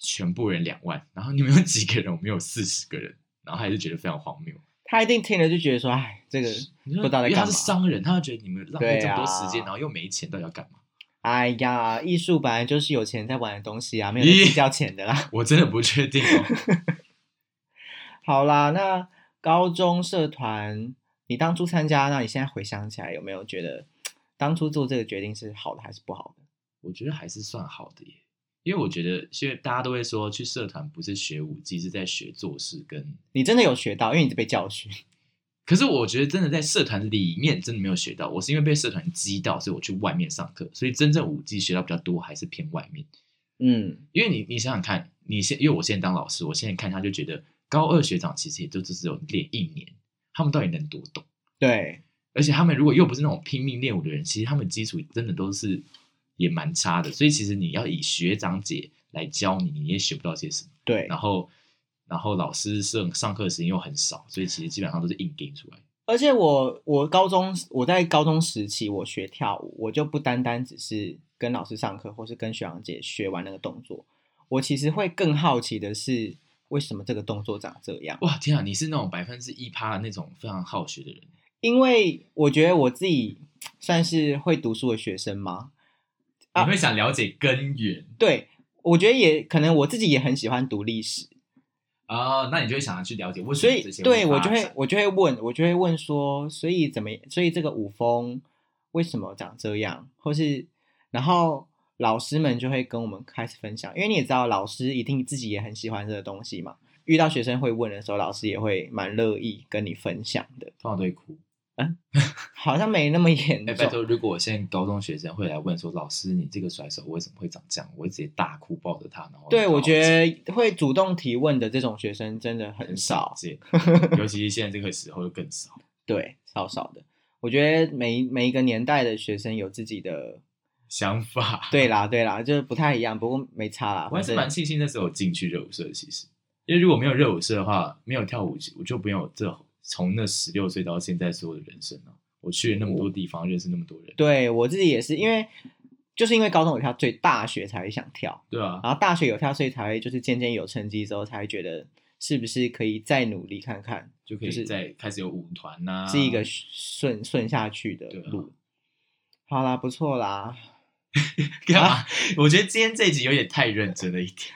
[SPEAKER 2] 全部人两万。然后你们有几个人？我们有四十个人。然后他还是觉得非常荒谬。
[SPEAKER 1] 她一定听了就觉得说，哎，这个，
[SPEAKER 2] 你说
[SPEAKER 1] 不知道在
[SPEAKER 2] 因为他
[SPEAKER 1] 干嘛
[SPEAKER 2] 是商人，他就觉得你们浪费
[SPEAKER 1] 对
[SPEAKER 2] 这么多
[SPEAKER 1] 啊
[SPEAKER 2] 时间，然后又没钱，到底要干嘛？ [laughs]
[SPEAKER 1] 哎呀，艺术本来就是有钱人在玩的东西啊，没有人
[SPEAKER 2] 咦
[SPEAKER 1] 计较钱的啦。 [laughs]
[SPEAKER 2] 我真的不确定哦。 [laughs]
[SPEAKER 1] 好啦，那高中社团，你当初参加，那你现在回想起来，有没有觉得当初做这个决定是好的还是不好的？
[SPEAKER 2] 我觉得还是算好的耶，因为我觉得，因为大家都会说去社团不是学舞技，是在学做事跟
[SPEAKER 1] 你真的有学到，因为你是被教训。
[SPEAKER 2] 可是我觉得真的在社团里面真的没有学到，我是因为被社团激到，所以我去外面上课，所以真正舞技学到比较多还是偏外面。
[SPEAKER 1] 嗯，
[SPEAKER 2] 因为你你想想看，你现因为我现在当老师，我现在看他就觉得高二学长其实也就只有练一年，他们到底能多懂？
[SPEAKER 1] 对，
[SPEAKER 2] 而且他们如果又不是那种拼命练舞的人，其实他们基础真的都是也蛮差的，所以其实你要以学长姐来教你，你也学不到些什么。
[SPEAKER 1] 对，
[SPEAKER 2] 然后然后老师上上课的时间又很少，所以其实基本上都是硬盯出来的。
[SPEAKER 1] 而且我我高中我在高中时期我学跳舞，我就不单单只是跟老师上课，或是跟学长姐学完那个动作，我其实会更好奇的是，为什么这个动作长这样？
[SPEAKER 2] 哇，天啊！你是那种百分之一趴的那种非常好学的人，
[SPEAKER 1] 因为我觉得我自己算是会读书的学生吗？啊
[SPEAKER 2] 你会想了解根源
[SPEAKER 1] 对，我觉得也可能我自己也很喜欢读历史，
[SPEAKER 2] 啊、那你就会想要去了解为
[SPEAKER 1] 所以
[SPEAKER 2] 这些
[SPEAKER 1] 对
[SPEAKER 2] 发
[SPEAKER 1] 我就会
[SPEAKER 2] 展
[SPEAKER 1] 我就会问，我就会问说，所以怎么，所以这个舞风为什么长这样，或是然后老师们就会跟我们开始分享，因为你也知道，老师一定自己也很喜欢这个东西嘛。遇到学生会问的时候，老师也会蛮乐意跟你分享的，
[SPEAKER 2] 通常都会哭。
[SPEAKER 1] 好像没那么严
[SPEAKER 2] 哎、
[SPEAKER 1] 重。
[SPEAKER 2] 拜托，如果我现在高中学生会来问说，老师，你这个甩手为什么会长这样？我会直接大哭抱着他，然后
[SPEAKER 1] 对，我觉
[SPEAKER 2] 得
[SPEAKER 1] 得会主动提问的这种学生真的很
[SPEAKER 2] 很
[SPEAKER 1] 少，
[SPEAKER 2] 少见， [laughs] 尤其是现在这个时候就更少。
[SPEAKER 1] 对，少少的。我觉得每一每一个年代的学生有自己的，[laughs]
[SPEAKER 2] 想法，
[SPEAKER 1] 对啦对啦，就是不太一样，不过没差啦。
[SPEAKER 2] 我还是
[SPEAKER 1] 反正
[SPEAKER 2] 蛮庆幸那时候有进去热舞社，其实，因为如果没有热舞社的话，没有跳舞，我就不用有这从那十六岁到现在所有的人生了、我去了那么多地方，认识那么多人，
[SPEAKER 1] 对我自己也是，因为就是因为高中有跳，所以大学才会想跳，
[SPEAKER 2] 对啊，
[SPEAKER 1] 然后大学有跳，所以才会就是渐渐有成绩之后，才会觉得是不是可以再努力看看，
[SPEAKER 2] 就可
[SPEAKER 1] 就是
[SPEAKER 2] 以再开始有舞团啊呐、
[SPEAKER 1] 是一个顺顺下去的
[SPEAKER 2] 对啊
[SPEAKER 1] 路。好啦，不错啦，
[SPEAKER 2] 干嘛？ [laughs] 我觉得今天这一集有点太认真了一点。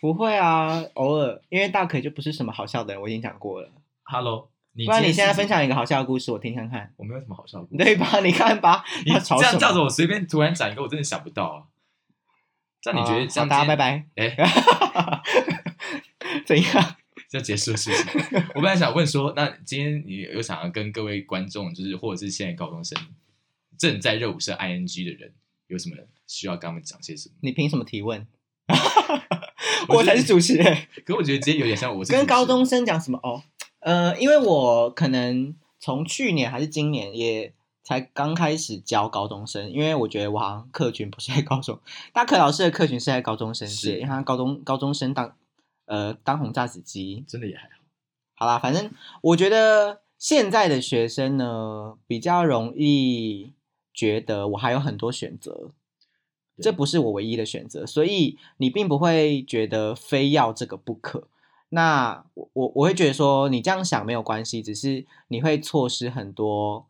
[SPEAKER 1] 不会啊，偶尔，因为大可就不是什么好笑的人，我已经讲过了。
[SPEAKER 2] Hello，你
[SPEAKER 1] 不然你
[SPEAKER 2] 今天
[SPEAKER 1] 现在
[SPEAKER 2] 是
[SPEAKER 1] 分，享一个好笑的故事，我听看看，
[SPEAKER 2] 我没有什么好笑的故事
[SPEAKER 1] 对？吧？你看吧， [laughs]
[SPEAKER 2] 你
[SPEAKER 1] 要吵
[SPEAKER 2] 这
[SPEAKER 1] 什
[SPEAKER 2] 样
[SPEAKER 1] 么？
[SPEAKER 2] 照着我随便突然讲一个，我真的想不到啊。这样你觉得
[SPEAKER 1] 哦好
[SPEAKER 2] 这样？
[SPEAKER 1] 大家拜。拜。
[SPEAKER 2] 哎、
[SPEAKER 1] 怎样？
[SPEAKER 2] 要结束的事情。我本来想问说，那今天你有想要跟各位观众，就是或者是现在高中生正在热舞社 ING 的人，有什么需要跟他们讲些什么？
[SPEAKER 1] 你凭什么提问？
[SPEAKER 2] 我
[SPEAKER 1] 我
[SPEAKER 2] 觉得
[SPEAKER 1] 才是主持人。
[SPEAKER 2] 可我觉得今天有点像我是
[SPEAKER 1] 跟
[SPEAKER 2] 主持
[SPEAKER 1] 高
[SPEAKER 2] 人
[SPEAKER 1] 中生讲什么哦？呃，因为我可能从去年还是今年也才刚开始教高中生，因为我觉得我好像客群不是在高中，大可老师的客群是在高中生
[SPEAKER 2] 是
[SPEAKER 1] 界，因为他高中高中生当呃当红炸子鸡。
[SPEAKER 2] 真的也还好，
[SPEAKER 1] 好啦，反正我觉得现在的学生呢，比较容易觉得我还有很多选择，
[SPEAKER 2] 对
[SPEAKER 1] 这不是我唯一的选择，所以你并不会觉得非要这个不可。那我我我会觉得说，你这样想没有关系，只是你会错失很多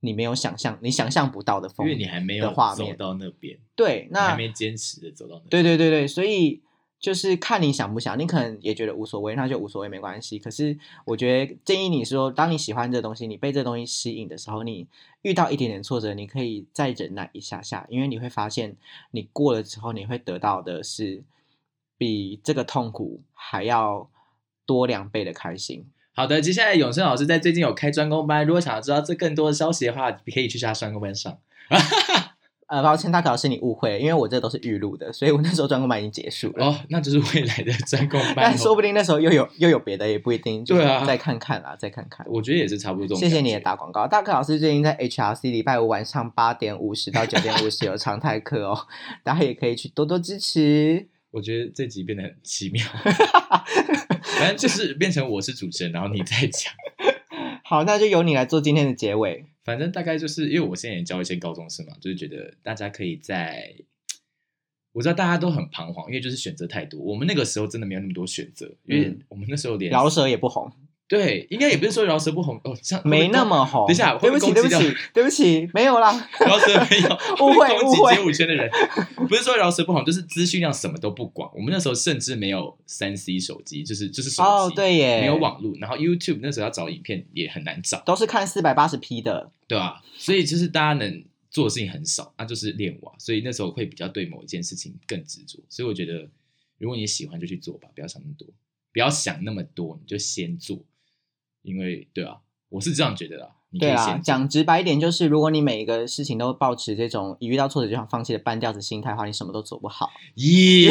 [SPEAKER 1] 你没有想象、你想象不到的
[SPEAKER 2] 因
[SPEAKER 1] 风
[SPEAKER 2] 为你还没有
[SPEAKER 1] 的画
[SPEAKER 2] 走
[SPEAKER 1] 面
[SPEAKER 2] 到那边，
[SPEAKER 1] 对，
[SPEAKER 2] 你还
[SPEAKER 1] 那
[SPEAKER 2] 没坚持的走到那边。
[SPEAKER 1] 对对对对，所以就是看你想不想，你可能也觉得无所谓，那就无所谓没关系。可是我觉得建议你说，当你喜欢这东西，你被这东西吸引的时候，你遇到一点点挫折，你可以再忍耐一下下，因为你会发现你过了之后，你会得到的是比这个痛苦还要多两倍的开心。
[SPEAKER 2] 好的，接下来永生老师在最近有开专攻班，如果想要知道这更多的消息的话，可以去他专攻班上。
[SPEAKER 1] 呃，抱歉，大可老师你误会了，因为我这都是预录的，所以我那时候专攻班已经结束了。
[SPEAKER 2] 哦，那就是未来的专攻班、
[SPEAKER 1] [laughs] 但
[SPEAKER 2] 哦。
[SPEAKER 1] 说不定 [laughs] 那时候又有又有别的，也不一定。就是
[SPEAKER 2] 对啊
[SPEAKER 1] 再看看啦，再看看。
[SPEAKER 2] 我觉得也是差不多这种
[SPEAKER 1] 谢
[SPEAKER 2] 感觉。
[SPEAKER 1] 谢你的打广告。大可老师最近在 HRC 礼拜五晚上八点五十到九点五十有常态课哦，大家也可以去多多支持。
[SPEAKER 2] 我觉得这集变得很奇
[SPEAKER 1] [laughs]
[SPEAKER 2] 妙，反正就是变成我是主持人，然后你在讲。
[SPEAKER 1] 好，那就由你来做今天的结尾。
[SPEAKER 2] 反正大概就是因为我现在也教一些高中生嘛，就是觉得大家可以在，我知道大家都很彷徨，因为就是选择太多。我们那个时候真的没有那么多选择，因为
[SPEAKER 1] 嗯
[SPEAKER 2] 我们那时候连
[SPEAKER 1] 饶舌也不红，
[SPEAKER 2] 对，应该也不是说饶舌不红哦，像
[SPEAKER 1] 没那么红。
[SPEAKER 2] 等一下
[SPEAKER 1] 对不起，
[SPEAKER 2] 会不
[SPEAKER 1] 对
[SPEAKER 2] 会
[SPEAKER 1] 不
[SPEAKER 2] 攻击
[SPEAKER 1] 起，对不起，没有啦。
[SPEAKER 2] 饶舌没有
[SPEAKER 1] 误会
[SPEAKER 2] 攻击
[SPEAKER 1] 误会
[SPEAKER 2] 街舞圈的人，不是说饶舌不红，就是资讯量什么都不广。我们那时候甚至没有三 C 手机，就是就是 [laughs] 手机
[SPEAKER 1] 哦，对耶，
[SPEAKER 2] 没有，网路，然后 YouTube 那时候要找影片也很难找，
[SPEAKER 1] 都是看四百八十 P 的。
[SPEAKER 2] 对吧、所以就是大家能做的事情很少，那、就是练舞啊。所以那时候会比较对某一件事情更执着。所以我觉得，如果你喜欢就去做吧，不要想那么多，不要想那么多，你就先做，因为对啊，我是这样觉得啦。你可以
[SPEAKER 1] 对
[SPEAKER 2] 先
[SPEAKER 1] 啊，
[SPEAKER 2] 做
[SPEAKER 1] 讲直白一点，就是如果你每一个事情都保持这种一遇到挫折就想放弃的半吊子心态的话，你什么都做不好。
[SPEAKER 2] 耶，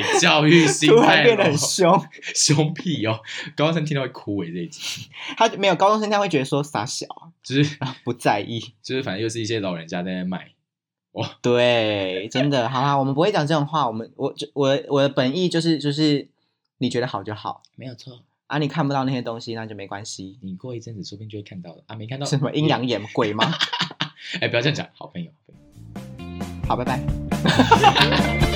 [SPEAKER 2] [laughs] 教育心
[SPEAKER 1] 突然
[SPEAKER 2] 态
[SPEAKER 1] 变得
[SPEAKER 2] [laughs] 咯
[SPEAKER 1] 很凶，
[SPEAKER 2] 凶屁哦！高中生听到会哭欸诶，这一集
[SPEAKER 1] 他没有高中生他会觉得说傻小啊，
[SPEAKER 2] 就是
[SPEAKER 1] 不在意。
[SPEAKER 2] 就是，反正又是一些老人家在那卖。
[SPEAKER 1] 对，真的，好啦，我们不会讲这种话。我们我就我我的本意就是就是你觉得好就好
[SPEAKER 2] 没有错，
[SPEAKER 1] 啊，你看不到那些东西那就没关系。
[SPEAKER 2] 你过一阵子说不定就会看到了啊，没看到
[SPEAKER 1] 什么阴阳眼鬼吗？
[SPEAKER 2] 哎，不要这样讲，好朋友。好朋友
[SPEAKER 1] 好，拜拜。